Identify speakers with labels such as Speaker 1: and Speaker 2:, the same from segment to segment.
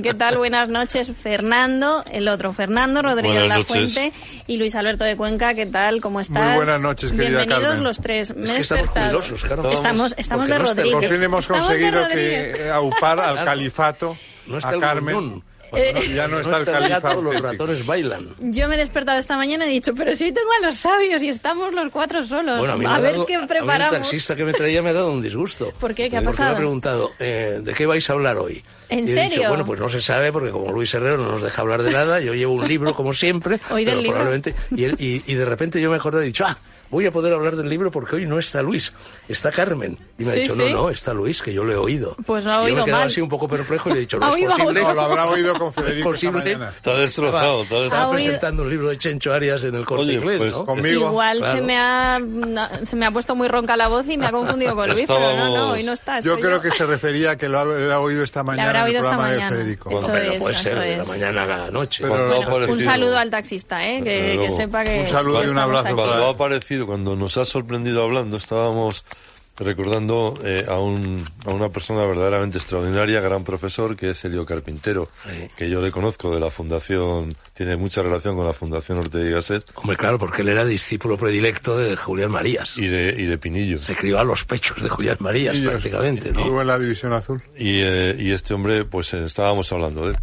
Speaker 1: ¿Qué tal? Buenas noches, Fernando, el otro Fernando Rodríguez
Speaker 2: Buenas
Speaker 1: Lafuente y Luis Alberto de Cuenca. ¿Qué tal? ¿Cómo estás?
Speaker 3: Muy buenas noches, querida
Speaker 1: Bienvenidos
Speaker 3: Carmen.
Speaker 1: los tres. Me
Speaker 4: Es
Speaker 1: he
Speaker 4: que estamos
Speaker 1: despertado.
Speaker 4: jubilosos, claro.
Speaker 1: Estamos, estamos
Speaker 4: Porque
Speaker 1: de
Speaker 4: no está el
Speaker 1: Rodríguez.
Speaker 3: Por fin hemos
Speaker 1: Estamos de
Speaker 3: conseguido
Speaker 1: Rodríguez.
Speaker 3: que eh, aupar al
Speaker 4: Claro.
Speaker 3: califato,
Speaker 4: No está
Speaker 3: a
Speaker 4: el
Speaker 3: Carmen.
Speaker 4: gorrión. Cuando
Speaker 3: Eh, ya no está el
Speaker 4: gato,
Speaker 3: califa
Speaker 4: Los
Speaker 3: auténtico.
Speaker 4: ratones bailan.
Speaker 1: Yo me he despertado esta mañana y he dicho, pero sí tengo a los sabios y estamos los cuatro solos.
Speaker 4: Bueno, a mí me ha
Speaker 1: ver
Speaker 4: dado-
Speaker 1: qué
Speaker 4: A mí el
Speaker 1: preparamos.
Speaker 4: taxista que me traía me ha dado un disgusto.
Speaker 1: ¿Por qué? ¿Qué ha
Speaker 4: Porque
Speaker 1: pasado?
Speaker 4: me ha preguntado, eh, ¿de qué vais a hablar hoy?
Speaker 1: ¿En
Speaker 4: y he
Speaker 1: serio?
Speaker 4: dicho, bueno, pues no se sabe, porque como Luis Herrero no nos deja hablar de nada, yo llevo un libro, como siempre.
Speaker 1: Hoy del
Speaker 4: pero
Speaker 1: libro.
Speaker 4: probablemente- y, él- y- y de repente yo me acordé y he dicho, ah, voy a poder hablar del libro porque hoy no está Luis, está Carmen. Y me ha
Speaker 1: Sí,
Speaker 4: dicho,
Speaker 1: sí.
Speaker 4: no, no, está Luis, que yo lo he oído.
Speaker 1: Pues lo ha
Speaker 4: Y yo
Speaker 1: oído
Speaker 4: me he quedado
Speaker 1: mal.
Speaker 4: así un poco perplejo y le he dicho,
Speaker 1: Ha
Speaker 4: no es
Speaker 1: oído a
Speaker 4: posible.
Speaker 1: otro.
Speaker 3: No, lo habrá oído con Federico esta
Speaker 4: Posible.
Speaker 3: mañana.
Speaker 4: Está
Speaker 2: destrozado, está
Speaker 1: destrozado.
Speaker 4: Estaba
Speaker 1: oído.
Speaker 4: presentando un libro de Chencho Arias en el corte
Speaker 2: Oye,
Speaker 4: inglés,
Speaker 2: pues,
Speaker 4: ¿no?
Speaker 3: Conmigo.
Speaker 1: Igual se,
Speaker 4: Claro.
Speaker 1: me ha, na- se me ha puesto muy ronca la voz y me ha confundido con Luis, pero no, no,
Speaker 2: Estábamos-
Speaker 1: hoy no está.
Speaker 3: Yo
Speaker 1: estoy
Speaker 3: creo que se refería a que lo ha, lo ha oído esta mañana
Speaker 1: habrá
Speaker 3: en
Speaker 1: oído
Speaker 3: el
Speaker 1: esta
Speaker 3: programa
Speaker 1: mañana.
Speaker 3: de Federico.
Speaker 1: Eso
Speaker 4: Bueno, pero
Speaker 1: es,
Speaker 4: puede ser
Speaker 1: eso
Speaker 4: de la
Speaker 1: es.
Speaker 4: mañana a la noche.
Speaker 2: Pero no ha
Speaker 1: Bueno, un
Speaker 2: aparecido.
Speaker 1: saludo al taxista, ¿eh?
Speaker 2: Desde
Speaker 1: que, que
Speaker 2: luego.
Speaker 1: sepa que.
Speaker 3: Un saludo
Speaker 1: que
Speaker 3: y un
Speaker 1: estamos
Speaker 3: abrazo
Speaker 1: aquí.
Speaker 3: para-
Speaker 2: Cuando ha aparecido, cuando nos ha sorprendido hablando, estábamos recordando eh, a, un, a una persona verdaderamente extraordinaria, gran profesor, que es Elio Carpintero, que yo le conozco de la Fundación, tiene mucha relación con la Fundación Ortega y Gasset
Speaker 4: Hombre, claro, porque él era discípulo predilecto de Julián Marías.
Speaker 2: y de, y de Pinillo.
Speaker 4: Se crió a los pechos de Julián Marías,
Speaker 3: Y yo-
Speaker 4: prácticamente,
Speaker 3: Estuvo
Speaker 4: ¿no?
Speaker 3: en la división azul.
Speaker 2: Y, eh, y este hombre, pues eh, estábamos hablando de él.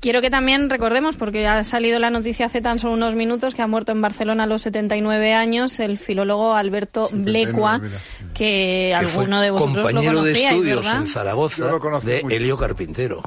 Speaker 1: Quiero que también recordemos, porque ha salido la noticia hace tan solo unos minutos, que ha muerto en Barcelona a los 79 años el filólogo Alberto
Speaker 3: 79,
Speaker 1: Blecua,
Speaker 3: mira.
Speaker 1: que
Speaker 4: Que fue
Speaker 1: alguno de vosotros lo
Speaker 4: compañero de
Speaker 1: conocíais,
Speaker 4: estudios
Speaker 1: ¿verdad?
Speaker 4: en Zaragoza
Speaker 3: Yo lo conocí
Speaker 4: de
Speaker 3: mucho.
Speaker 4: Helio Carpintero.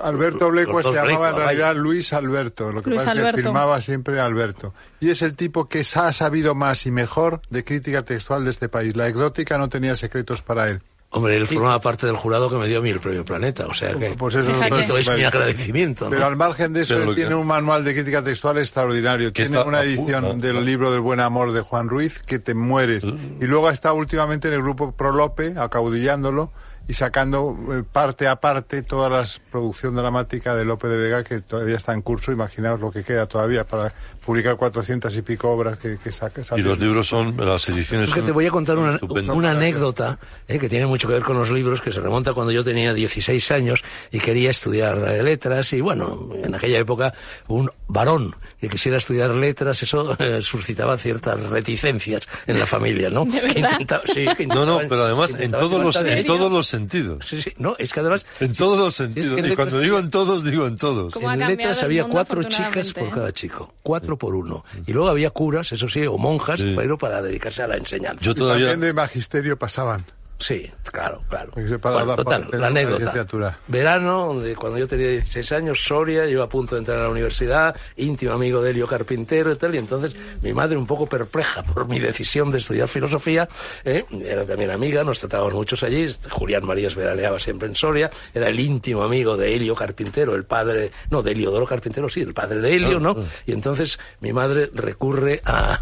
Speaker 3: Alberto Blecua
Speaker 4: Los
Speaker 3: se
Speaker 4: dos
Speaker 3: llamaba en
Speaker 4: Blecua,
Speaker 3: realidad
Speaker 4: vaya.
Speaker 3: Luis Alberto, lo que
Speaker 1: Luis
Speaker 3: pasa es
Speaker 1: Alberto.
Speaker 3: que firmaba siempre Alberto. Y es el tipo que sa- ha sabido más y mejor de crítica textual de este país. La exótica no tenía secretos para él.
Speaker 4: Hombre, él formaba parte del jurado que me dio a mí el premio Planeta, o sea que...
Speaker 3: Pues eso es
Speaker 1: Fíjate.
Speaker 3: otro
Speaker 4: esto es mi
Speaker 3: país.
Speaker 4: agradecimiento,
Speaker 3: Pero
Speaker 4: ¿no?
Speaker 3: al margen de eso,
Speaker 2: Pero lo
Speaker 3: él
Speaker 2: que-
Speaker 3: tiene un manual de crítica textual extraordinario.
Speaker 2: Que
Speaker 3: Tiene
Speaker 2: está
Speaker 3: una
Speaker 2: a pu- ah,
Speaker 3: edición
Speaker 2: a- a-
Speaker 3: del libro del buen amor de Juan Ruiz que te mueres.
Speaker 2: Ah.
Speaker 3: Y luego está últimamente en el grupo Prolope, acaudillándolo y sacando eh, parte a parte toda la producción dramática de Lope de Vega que todavía está en curso. Imaginaos lo que queda todavía para publicar cuatrocientas y pico obras que, que saca.
Speaker 2: Y los libros son, las ediciones
Speaker 4: Es que te
Speaker 2: son
Speaker 4: voy a contar una,
Speaker 2: estupendas.
Speaker 4: una anécdota eh, que tiene mucho que ver con los libros, que se remonta cuando yo tenía 16 años y quería estudiar eh, letras. Y bueno, en aquella época, un varón que quisiera estudiar letras, eso eh, suscitaba ciertas reticencias en la familia, ¿no?
Speaker 1: ¿De
Speaker 4: Que
Speaker 1: verdad?
Speaker 4: intenta- sí, que
Speaker 2: No, no,
Speaker 4: intentaban-
Speaker 2: pero además en
Speaker 4: intentaban
Speaker 2: todos los,
Speaker 4: levantar-
Speaker 2: en todos los sentidos.
Speaker 4: Sí, sí, no, es que además...
Speaker 2: En
Speaker 4: sí,
Speaker 2: todos los
Speaker 4: es que en
Speaker 2: sentidos. Y
Speaker 4: letras-
Speaker 2: cuando digo en todos, digo en todos.
Speaker 1: ¿Cómo ha
Speaker 4: en
Speaker 1: cambiado
Speaker 4: letras
Speaker 1: el
Speaker 4: había
Speaker 1: mundo,
Speaker 4: cuatro chicas
Speaker 1: afortunadamente,
Speaker 4: por
Speaker 1: eh?
Speaker 4: cada chico, cuatro por uno. Y luego había curas, eso sí, o monjas,
Speaker 2: Sí.
Speaker 4: pero para dedicarse a la enseñanza.
Speaker 2: Yo todavía,
Speaker 3: También de magisterio pasaban.
Speaker 4: Sí, claro, claro.
Speaker 3: Porque se para la
Speaker 4: total,
Speaker 3: parte de
Speaker 4: la
Speaker 3: la
Speaker 4: anécdota.
Speaker 3: licenciatura.
Speaker 4: Verano, donde cuando yo tenía 16 años, Soria, yo iba a punto de entrar a la universidad, íntimo amigo de Helio Carpintero y tal, y entonces mi madre, un poco perpleja por mi decisión de estudiar filosofía, ¿eh? era también amiga, nos tratábamos muchos allí, Julián Marías veraneaba siempre en Soria, era el íntimo amigo de Helio Carpintero, el padre, no, de Heliodoro Carpintero, sí, el padre de Helio, ¿no? Y entonces mi madre recurre a,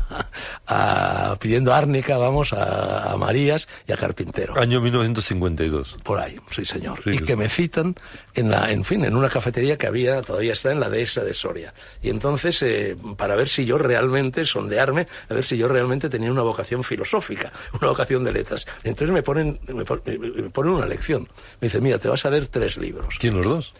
Speaker 4: a- pidiendo árnica, vamos, a, a Marías y a Carpintero.
Speaker 2: año 1952.
Speaker 4: Por ahí, sí señor.
Speaker 2: Sí,
Speaker 4: y
Speaker 2: sí.
Speaker 4: que me citan en la, en fin, en una cafetería que había, todavía está en la dehesa de Soria. Y entonces, eh, para ver si yo realmente, sondearme, a ver si yo realmente tenía una vocación filosófica, una vocación de letras. Entonces me ponen, me, pon- me ponen una lección. Me dice, mira, te vas a leer tres libros.
Speaker 2: ¿Quién los dos?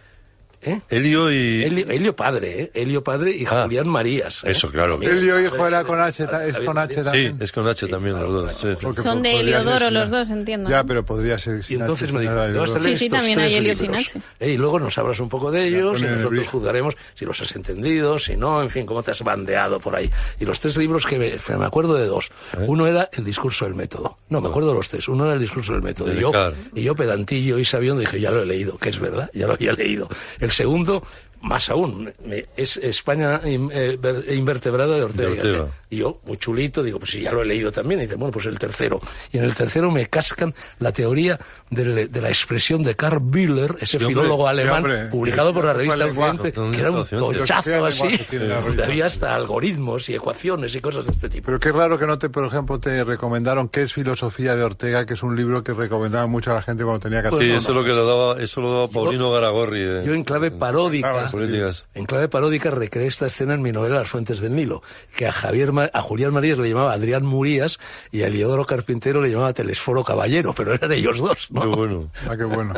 Speaker 4: ¿Eh?
Speaker 2: Elio y...
Speaker 4: Helio, Helio padre, ¿eh? Helio padre y
Speaker 2: Ah,
Speaker 4: Julián Marías. ¿eh?
Speaker 2: eso, claro.
Speaker 4: Mira,
Speaker 3: Helio
Speaker 4: padre
Speaker 3: hijo era
Speaker 4: de-
Speaker 3: con H, ta- es
Speaker 4: Javier
Speaker 3: con H
Speaker 2: Sí,
Speaker 4: Marías.
Speaker 3: también.
Speaker 2: es con H también los dos. sí, sí.
Speaker 3: Porque
Speaker 1: Son de
Speaker 3: podría ser
Speaker 1: Heliodoro
Speaker 3: sin-
Speaker 1: los dos, entiendo.
Speaker 3: Ya, pero podría ser.
Speaker 4: Y
Speaker 3: sin
Speaker 4: entonces
Speaker 3: H,
Speaker 4: me dice,
Speaker 3: sin
Speaker 4: "Te vas a
Speaker 3: Heliodoro".
Speaker 4: leer
Speaker 1: Sí, sí,
Speaker 4: estos
Speaker 1: también
Speaker 4: tres
Speaker 1: hay Helios
Speaker 4: libros".
Speaker 1: sin H.
Speaker 4: Eh, y luego nos hablas un poco de ellos y
Speaker 3: ponen en el
Speaker 4: nosotros
Speaker 3: brief.
Speaker 4: juzgaremos si los has entendido, si no, en fin, cómo te has bandeado por ahí. Y los tres libros que me, me acuerdo de dos.
Speaker 2: ¿Eh?
Speaker 4: Uno era El discurso del método. No,
Speaker 2: Ah.
Speaker 4: me acuerdo de los tres. Uno era El discurso del método.
Speaker 2: De
Speaker 4: Y yo,
Speaker 2: Descartes.
Speaker 4: y yo, pedantillo y sabiendo, dije, ya lo he leído, que es verdad, ya lo había leído. El segundo... Más aún, me- es España in- eh, ver- invertebrada de Ortega.
Speaker 2: De Ortega.
Speaker 4: Y yo, muy chulito, digo, pues sí, ya lo he leído también. Y dice, bueno, pues el tercero. Y en el tercero me cascan la teoría del- de, la expresión de Karl Bühler, ese
Speaker 2: Sí, hombre.
Speaker 4: filólogo
Speaker 3: Sí,
Speaker 4: alemán,
Speaker 3: hombre.
Speaker 4: publicado por la
Speaker 3: Fue
Speaker 4: revista
Speaker 3: lenguaje.
Speaker 4: Occidente,
Speaker 2: No,
Speaker 4: que era un
Speaker 2: Occidente.
Speaker 4: tochazo
Speaker 3: Filosofía
Speaker 4: así,
Speaker 3: lenguaje tiene la
Speaker 4: donde
Speaker 3: revista.
Speaker 4: había hasta algoritmos y ecuaciones y cosas de este tipo.
Speaker 3: Pero qué raro que no te, por ejemplo, te recomendaron ¿Qué es Filosofía de Ortega? que es un libro que recomendaba mucho a la gente cuando tenía 14
Speaker 2: Sí,
Speaker 3: años.
Speaker 2: eso es lo que lo daba, eso lo daba Paulino Garagorri. eh,
Speaker 4: Yo en clave paródica,
Speaker 2: en políticas.
Speaker 4: en clave paródica recreé esta escena en mi novela Las Fuentes del Nilo, que a Javier Ma- a Julián Marías le llamaba Adrián Murías y a Eliodoro Carpintero le llamaba Telesforo Caballero, pero eran ellos dos, ¿no?
Speaker 2: Qué bueno.
Speaker 3: Ah, qué bueno.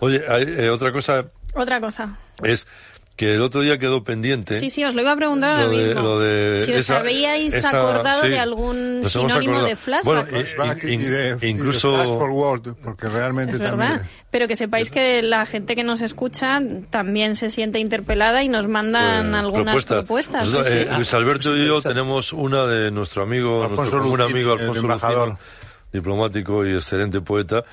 Speaker 2: Oye, hay, eh, otra cosa
Speaker 1: Otra cosa.
Speaker 2: es que el otro día quedó pendiente.
Speaker 1: Sí, sí, os lo iba a preguntar
Speaker 2: ¿Eh? Lo
Speaker 1: ahora
Speaker 2: de-
Speaker 1: mismo.
Speaker 2: lo de
Speaker 1: si os
Speaker 2: esa-
Speaker 1: habíais
Speaker 2: esa-
Speaker 1: acordado
Speaker 2: sí,
Speaker 1: de algún
Speaker 2: nos hemos
Speaker 1: sinónimo
Speaker 2: acordado.
Speaker 1: de flashback. Pues
Speaker 2: Bueno,
Speaker 1: ¿no?
Speaker 3: Flashback
Speaker 2: Eh, In-
Speaker 3: y de- y de
Speaker 2: incluso-
Speaker 3: flash forward, porque realmente
Speaker 1: Es
Speaker 3: también.
Speaker 1: verdad, pero que sepáis que la gente que nos escucha también se siente interpelada y nos mandan
Speaker 2: eh,
Speaker 1: algunas propuestas.
Speaker 2: Nosotros,
Speaker 1: sí,
Speaker 2: eh,
Speaker 1: sí.
Speaker 2: Luis Alberto y yo
Speaker 4: Esa-
Speaker 2: tenemos una de nuestro amigo,
Speaker 3: Alfonso
Speaker 2: nuestro común
Speaker 3: Lucín,
Speaker 2: amigo
Speaker 3: el
Speaker 2: Alfonso Lucín,
Speaker 3: embajador.
Speaker 2: diplomático y excelente poeta.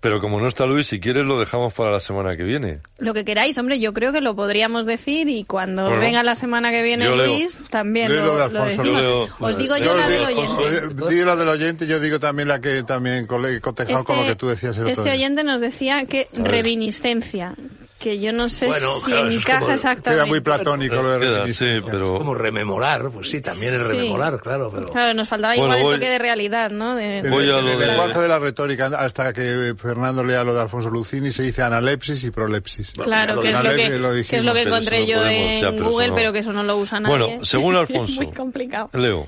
Speaker 2: Pero como no está Luis, si quieres lo dejamos para la semana que viene.
Speaker 1: Lo que queráis, hombre, yo creo que lo podríamos decir y cuando
Speaker 2: Bueno,
Speaker 1: venga la semana que viene
Speaker 2: yo leo.
Speaker 1: Luis, también
Speaker 3: Leo
Speaker 1: lo,
Speaker 3: lo de
Speaker 1: lo
Speaker 3: Alfonso,
Speaker 1: decimos.
Speaker 2: leo-
Speaker 1: Os digo
Speaker 2: leo
Speaker 1: yo
Speaker 2: lo
Speaker 1: la
Speaker 2: de
Speaker 1: del
Speaker 2: Alfonso.
Speaker 1: oyente.
Speaker 3: Yo- Digo la del oyente, yo digo también la que también cole- cotejado con lo que tú decías el otro
Speaker 1: este
Speaker 3: día.
Speaker 1: oyente nos decía que reminiscencia, que yo no sé
Speaker 4: Bueno,
Speaker 1: si
Speaker 4: claro, eso es
Speaker 1: encaja
Speaker 4: como-
Speaker 1: exactamente.
Speaker 3: Queda muy platónico lo de
Speaker 2: Queda, sí,
Speaker 3: reminiscencia.
Speaker 4: Como
Speaker 2: pero
Speaker 4: rememorar, pues sí, también es
Speaker 1: Sí.
Speaker 4: rememorar, claro, pero...
Speaker 1: Claro, nos faltaba
Speaker 2: Bueno,
Speaker 1: igual
Speaker 2: voy-
Speaker 1: el toque de realidad, ¿no? De-
Speaker 3: El,
Speaker 2: Voy a
Speaker 3: el
Speaker 2: lo de-
Speaker 3: lenguaje de la retórica, hasta que Fernando lea lo de Alfonso Lucini, se dice analepsis y prolepsis.
Speaker 1: Claro,
Speaker 4: Lo
Speaker 1: que
Speaker 4: de
Speaker 1: es, lo
Speaker 3: analepsis
Speaker 1: que,
Speaker 3: lo
Speaker 1: que es lo
Speaker 3: dijimos.
Speaker 1: que
Speaker 2: pero eso
Speaker 1: encontré
Speaker 2: no
Speaker 1: yo
Speaker 2: podemos-
Speaker 1: en
Speaker 2: ya, pero eso
Speaker 1: Google,
Speaker 2: no.
Speaker 1: pero que eso no lo usa nadie.
Speaker 2: Bueno, según Alfonso.
Speaker 1: muy complicado.
Speaker 2: Leo.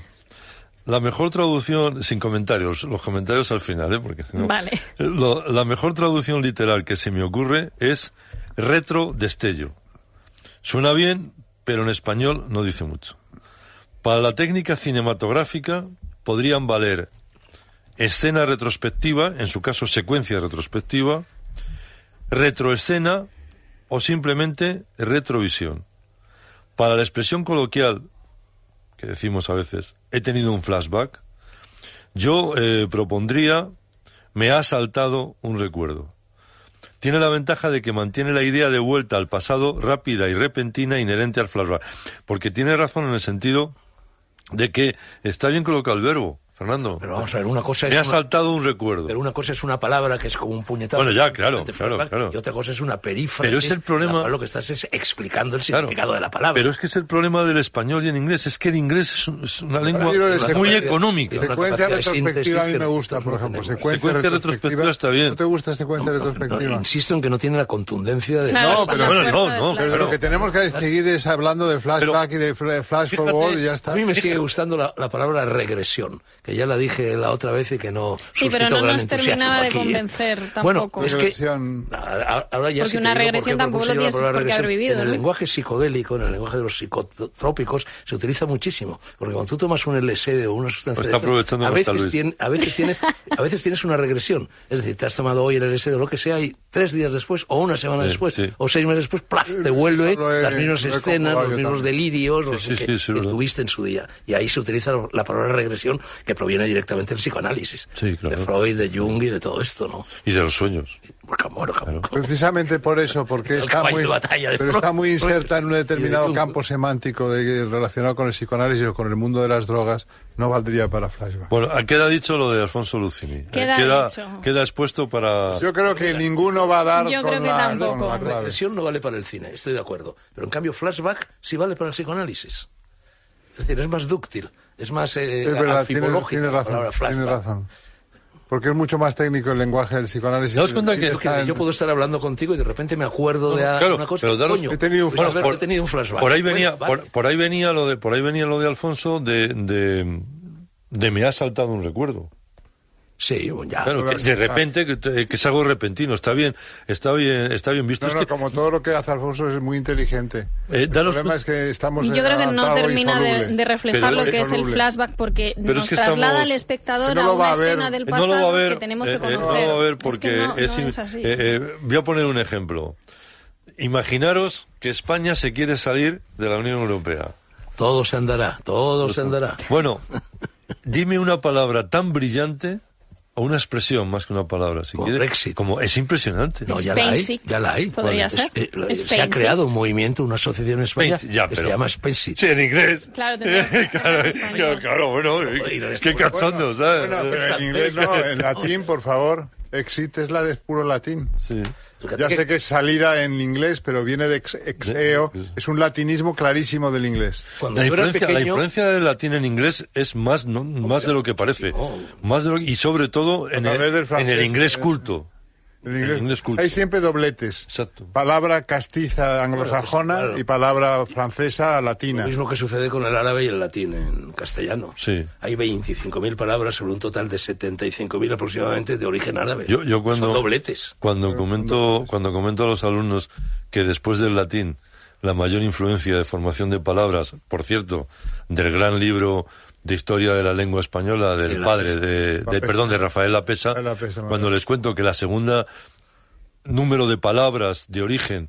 Speaker 2: La mejor traducción, sin comentarios, los comentarios al final, ¿eh? Porque si no-
Speaker 1: Vale.
Speaker 2: Lo- la mejor traducción literal que se me ocurre es retro destello. Suena bien, pero en español no dice mucho. Para la técnica cinematográfica podrían valer escena retrospectiva, en su caso secuencia retrospectiva, retroescena o simplemente retrovisión. Para la expresión coloquial que decimos a veces, he tenido un flashback, yo eh, propondría, me ha saltado un recuerdo. Tiene la ventaja de que mantiene la idea de vuelta al pasado rápida y repentina inherente al flashback. Porque tiene razón en el sentido de que está bien colocado el verbo, Fernando.
Speaker 4: Pero vamos a ver, una cosa es...
Speaker 2: me ha
Speaker 4: una-
Speaker 2: saltado un recuerdo.
Speaker 4: Pero una cosa es una palabra que es como un puñetazo.
Speaker 2: Bueno, ya, claro,
Speaker 4: Te
Speaker 2: claro,
Speaker 4: forma,
Speaker 2: claro.
Speaker 4: Y otra cosa es una perífrasis.
Speaker 2: Pero es el problema-
Speaker 4: la cual Lo que estás es explicando el
Speaker 2: Claro.
Speaker 4: significado de la palabra.
Speaker 2: Pero es que es el problema del español y en inglés. Es que el inglés es, un- es una lengua
Speaker 3: libro de
Speaker 4: Una
Speaker 2: muy
Speaker 4: capacidad-
Speaker 2: económica.
Speaker 4: una
Speaker 3: Secuencia
Speaker 4: capacidad de síntesis
Speaker 3: retrospectiva a mí
Speaker 4: que
Speaker 3: me gusta,
Speaker 4: nosotros
Speaker 3: por
Speaker 4: no
Speaker 3: ejemplo.
Speaker 4: tenemos.
Speaker 3: Secuencia,
Speaker 2: Secuencia
Speaker 3: retrospectiva.
Speaker 2: retrospectiva está bien.
Speaker 3: ¿No te gusta secuencia retrospectiva?
Speaker 4: No, insisto en que no tiene la contundencia de...
Speaker 1: Claro,
Speaker 2: No,
Speaker 1: con
Speaker 2: pero
Speaker 1: la
Speaker 2: bueno,
Speaker 1: fuerza
Speaker 2: no,
Speaker 1: del
Speaker 2: no,
Speaker 1: flash.
Speaker 3: pero
Speaker 2: claro.
Speaker 3: lo que tenemos que seguir es hablando de flashback y de fl- flash
Speaker 2: fíjate,
Speaker 3: forward y ya está.
Speaker 4: A mí me sigue gustando la, la palabra regresión, que ya la dije la otra vez y que no.
Speaker 1: Sí,
Speaker 4: suscitó
Speaker 1: pero no
Speaker 4: gran
Speaker 1: nos
Speaker 4: entusiasmo
Speaker 1: terminaba de
Speaker 4: aquí, ¿eh?
Speaker 1: convencer tampoco.
Speaker 4: Bueno, es que.
Speaker 3: Regresión.
Speaker 4: a- Ahora ya
Speaker 1: Porque
Speaker 4: sí te
Speaker 1: una
Speaker 4: digo por qué
Speaker 1: regresión tampoco lo
Speaker 4: propuse yo la
Speaker 1: tienes
Speaker 4: palabra
Speaker 1: por qué haber
Speaker 4: regresión.
Speaker 1: vivido,
Speaker 4: En el
Speaker 1: ¿no?
Speaker 4: lenguaje psicodélico, en el lenguaje de los psicotrópicos, se utiliza muchísimo. Porque cuando tú tomas un LSD o una
Speaker 2: Lo
Speaker 4: sustancia. de
Speaker 2: está
Speaker 4: estas,
Speaker 2: aprovechando
Speaker 4: a
Speaker 2: como está
Speaker 4: veces,
Speaker 2: Luis.
Speaker 4: tien- a, veces tienes, a veces tienes una regresión. Es decir, te has tomado hoy el LSD o lo que sea y tres días después, o una semana
Speaker 2: Sí,
Speaker 4: después,
Speaker 2: sí.
Speaker 4: o seis meses después, ¡plaf! te vuelve
Speaker 3: Lo he-
Speaker 4: las mismas
Speaker 3: lo he
Speaker 4: escenas,
Speaker 3: comprobado
Speaker 4: los
Speaker 3: yo
Speaker 4: mismos
Speaker 3: también.
Speaker 4: delirios, los
Speaker 2: Sí, sí, sí,
Speaker 4: que,
Speaker 2: sí,
Speaker 4: que
Speaker 2: es verdad.
Speaker 4: tuviste en su día. Y ahí se utiliza la palabra regresión que proviene directamente del psicoanálisis.
Speaker 2: Sí, claro.
Speaker 4: De Freud, de Jung y de todo esto, ¿no?
Speaker 2: Y de los sueños.
Speaker 4: Porque amor, amor.
Speaker 3: Precisamente por eso, porque
Speaker 4: El
Speaker 3: está
Speaker 4: caballo
Speaker 3: muy,
Speaker 4: de batalla de
Speaker 3: pero
Speaker 4: Freud.
Speaker 3: está muy inserta en un
Speaker 4: Y
Speaker 3: determinado
Speaker 4: de Jung.
Speaker 3: campo semántico de- relacionado con el psicoanálisis o con el mundo de las drogas, no valdría para flashback.
Speaker 2: Bueno, ah, queda dicho lo de Alfonso Lucini.
Speaker 1: Queda
Speaker 2: queda,
Speaker 1: dicho.
Speaker 2: queda expuesto para...
Speaker 3: Yo creo que ninguno va a dar
Speaker 1: Yo
Speaker 3: con,
Speaker 1: creo que
Speaker 3: la,
Speaker 1: tampoco.
Speaker 3: con la
Speaker 4: La
Speaker 3: clave.
Speaker 4: regresión no vale para el cine, estoy de acuerdo. Pero en cambio, flashback sí vale para el psicoanálisis. Es decir, es más dúctil, es más eh,
Speaker 3: Es verdad, tienes,
Speaker 4: anfipológica
Speaker 3: tienes
Speaker 4: la
Speaker 3: razón,
Speaker 4: palabra flashback.
Speaker 3: tienes razón. Porque es mucho más técnico el lenguaje del psicoanálisis.
Speaker 2: ¿Te das cuenta
Speaker 3: Y
Speaker 2: que-
Speaker 4: Porque
Speaker 3: está en-
Speaker 4: yo puedo estar hablando contigo y de repente me acuerdo de
Speaker 2: Claro,
Speaker 4: una cosa.
Speaker 2: pero daros-
Speaker 4: coño,
Speaker 3: He tenido un
Speaker 4: pues,
Speaker 3: flashback.
Speaker 4: Alberto, he tenido un flashback.
Speaker 2: Por ahí
Speaker 4: Bueno,
Speaker 2: venía,
Speaker 4: vale.
Speaker 2: por, por ahí venía lo de, por ahí venía lo de Alfonso de, de, de me ha saltado un recuerdo.
Speaker 4: Sí, bueno,
Speaker 3: Ah,
Speaker 4: ya.
Speaker 2: Claro, que de repente que, te- que es algo repentino, está bien, está bien, está bien visto.
Speaker 3: No,
Speaker 2: Es
Speaker 3: no,
Speaker 2: que,
Speaker 3: como todo lo que hace Alfonso es muy inteligente.
Speaker 2: Eh,
Speaker 3: el
Speaker 2: danos-
Speaker 3: problema es que estamos
Speaker 1: Yo creo que
Speaker 3: en
Speaker 1: no
Speaker 3: algo
Speaker 1: termina de,
Speaker 3: insoluble.
Speaker 1: de reflejar
Speaker 2: Pero-
Speaker 1: lo que es el
Speaker 3: Insoluble.
Speaker 1: flashback porque
Speaker 2: Pero
Speaker 1: nos
Speaker 2: es que
Speaker 1: traslada
Speaker 2: estamos-
Speaker 1: al espectador
Speaker 3: que no
Speaker 1: a
Speaker 3: lo va
Speaker 1: una
Speaker 3: a ver.
Speaker 1: escena del
Speaker 2: Eh, no
Speaker 1: pasado
Speaker 2: lo va a ver,
Speaker 1: que tenemos
Speaker 2: eh,
Speaker 1: que
Speaker 2: eh,
Speaker 1: conocer.
Speaker 2: no lo va a ver
Speaker 1: Es que
Speaker 2: porque
Speaker 1: no-
Speaker 2: es
Speaker 1: no
Speaker 2: in-
Speaker 1: es así.
Speaker 2: eh, eh, voy a poner un ejemplo. Imaginaros que España se quiere salir de la Unión Europea.
Speaker 4: Todo se andará, todo se andará.
Speaker 2: Bueno, dime una palabra tan brillante o una expresión más que una palabra, si
Speaker 4: Como
Speaker 2: quieres.
Speaker 4: Brexit.
Speaker 2: Como es impresionante.
Speaker 4: No,
Speaker 1: Es
Speaker 4: ya la hay,
Speaker 1: Spainsic.
Speaker 4: ya la hay.
Speaker 1: Podría
Speaker 4: Es-
Speaker 1: ser.
Speaker 4: eh, la-
Speaker 1: Es
Speaker 4: se ha
Speaker 1: Spainsic.
Speaker 4: creado un movimiento, una asociación en España
Speaker 2: Space- ya,
Speaker 4: que
Speaker 2: pero-
Speaker 4: se llama Spainsic.
Speaker 2: Sí, en inglés.
Speaker 1: Claro, tendrías que
Speaker 2: claro,
Speaker 1: hacerlo en español.
Speaker 2: claro, claro, bueno,
Speaker 4: Joder,
Speaker 2: qué
Speaker 4: bueno,
Speaker 2: cachondo, ¿sabes?
Speaker 3: Bueno, pero en inglés no, en latín, por favor. Exit es la de puro latín.
Speaker 2: Sí.
Speaker 4: Fíjate
Speaker 3: Ya
Speaker 4: que-
Speaker 3: sé que es salida en inglés, pero viene de ex- exeo. Es un latinismo clarísimo del inglés.
Speaker 4: Cuando
Speaker 2: La
Speaker 4: yo era
Speaker 2: influencia, la
Speaker 4: pequeño,
Speaker 2: influencia del latín en inglés es más, no, más de lo que parece.
Speaker 4: no.
Speaker 2: Más de lo- y sobre todo en
Speaker 3: oh. A
Speaker 2: el,
Speaker 3: través del
Speaker 2: en el
Speaker 3: francés,
Speaker 2: inglés
Speaker 3: eh.
Speaker 2: culto.
Speaker 3: El inglés-
Speaker 2: El inglés culto.
Speaker 3: Hay siempre dobletes.
Speaker 2: Exacto.
Speaker 3: Palabra castiza anglosajona
Speaker 4: Claro, claro.
Speaker 3: y palabra francesa latina.
Speaker 4: Lo mismo que sucede con el árabe y el latín en castellano.
Speaker 2: Sí.
Speaker 4: Hay 25.000 palabras sobre un total de 75.000 aproximadamente de origen árabe.
Speaker 2: Yo, yo
Speaker 4: Son
Speaker 2: cuando,
Speaker 4: dobletes.
Speaker 2: cuando comento cuando comento a los alumnos que después del latín la mayor influencia de formación de palabras, por cierto, del gran libro de historia de la lengua española
Speaker 4: De
Speaker 2: del
Speaker 4: la
Speaker 2: padre de, de-
Speaker 3: Lapesa.
Speaker 2: perdón de Rafael Lapesa,
Speaker 3: Rafael Lapesa,
Speaker 2: cuando les cuento que la segunda número de palabras de origen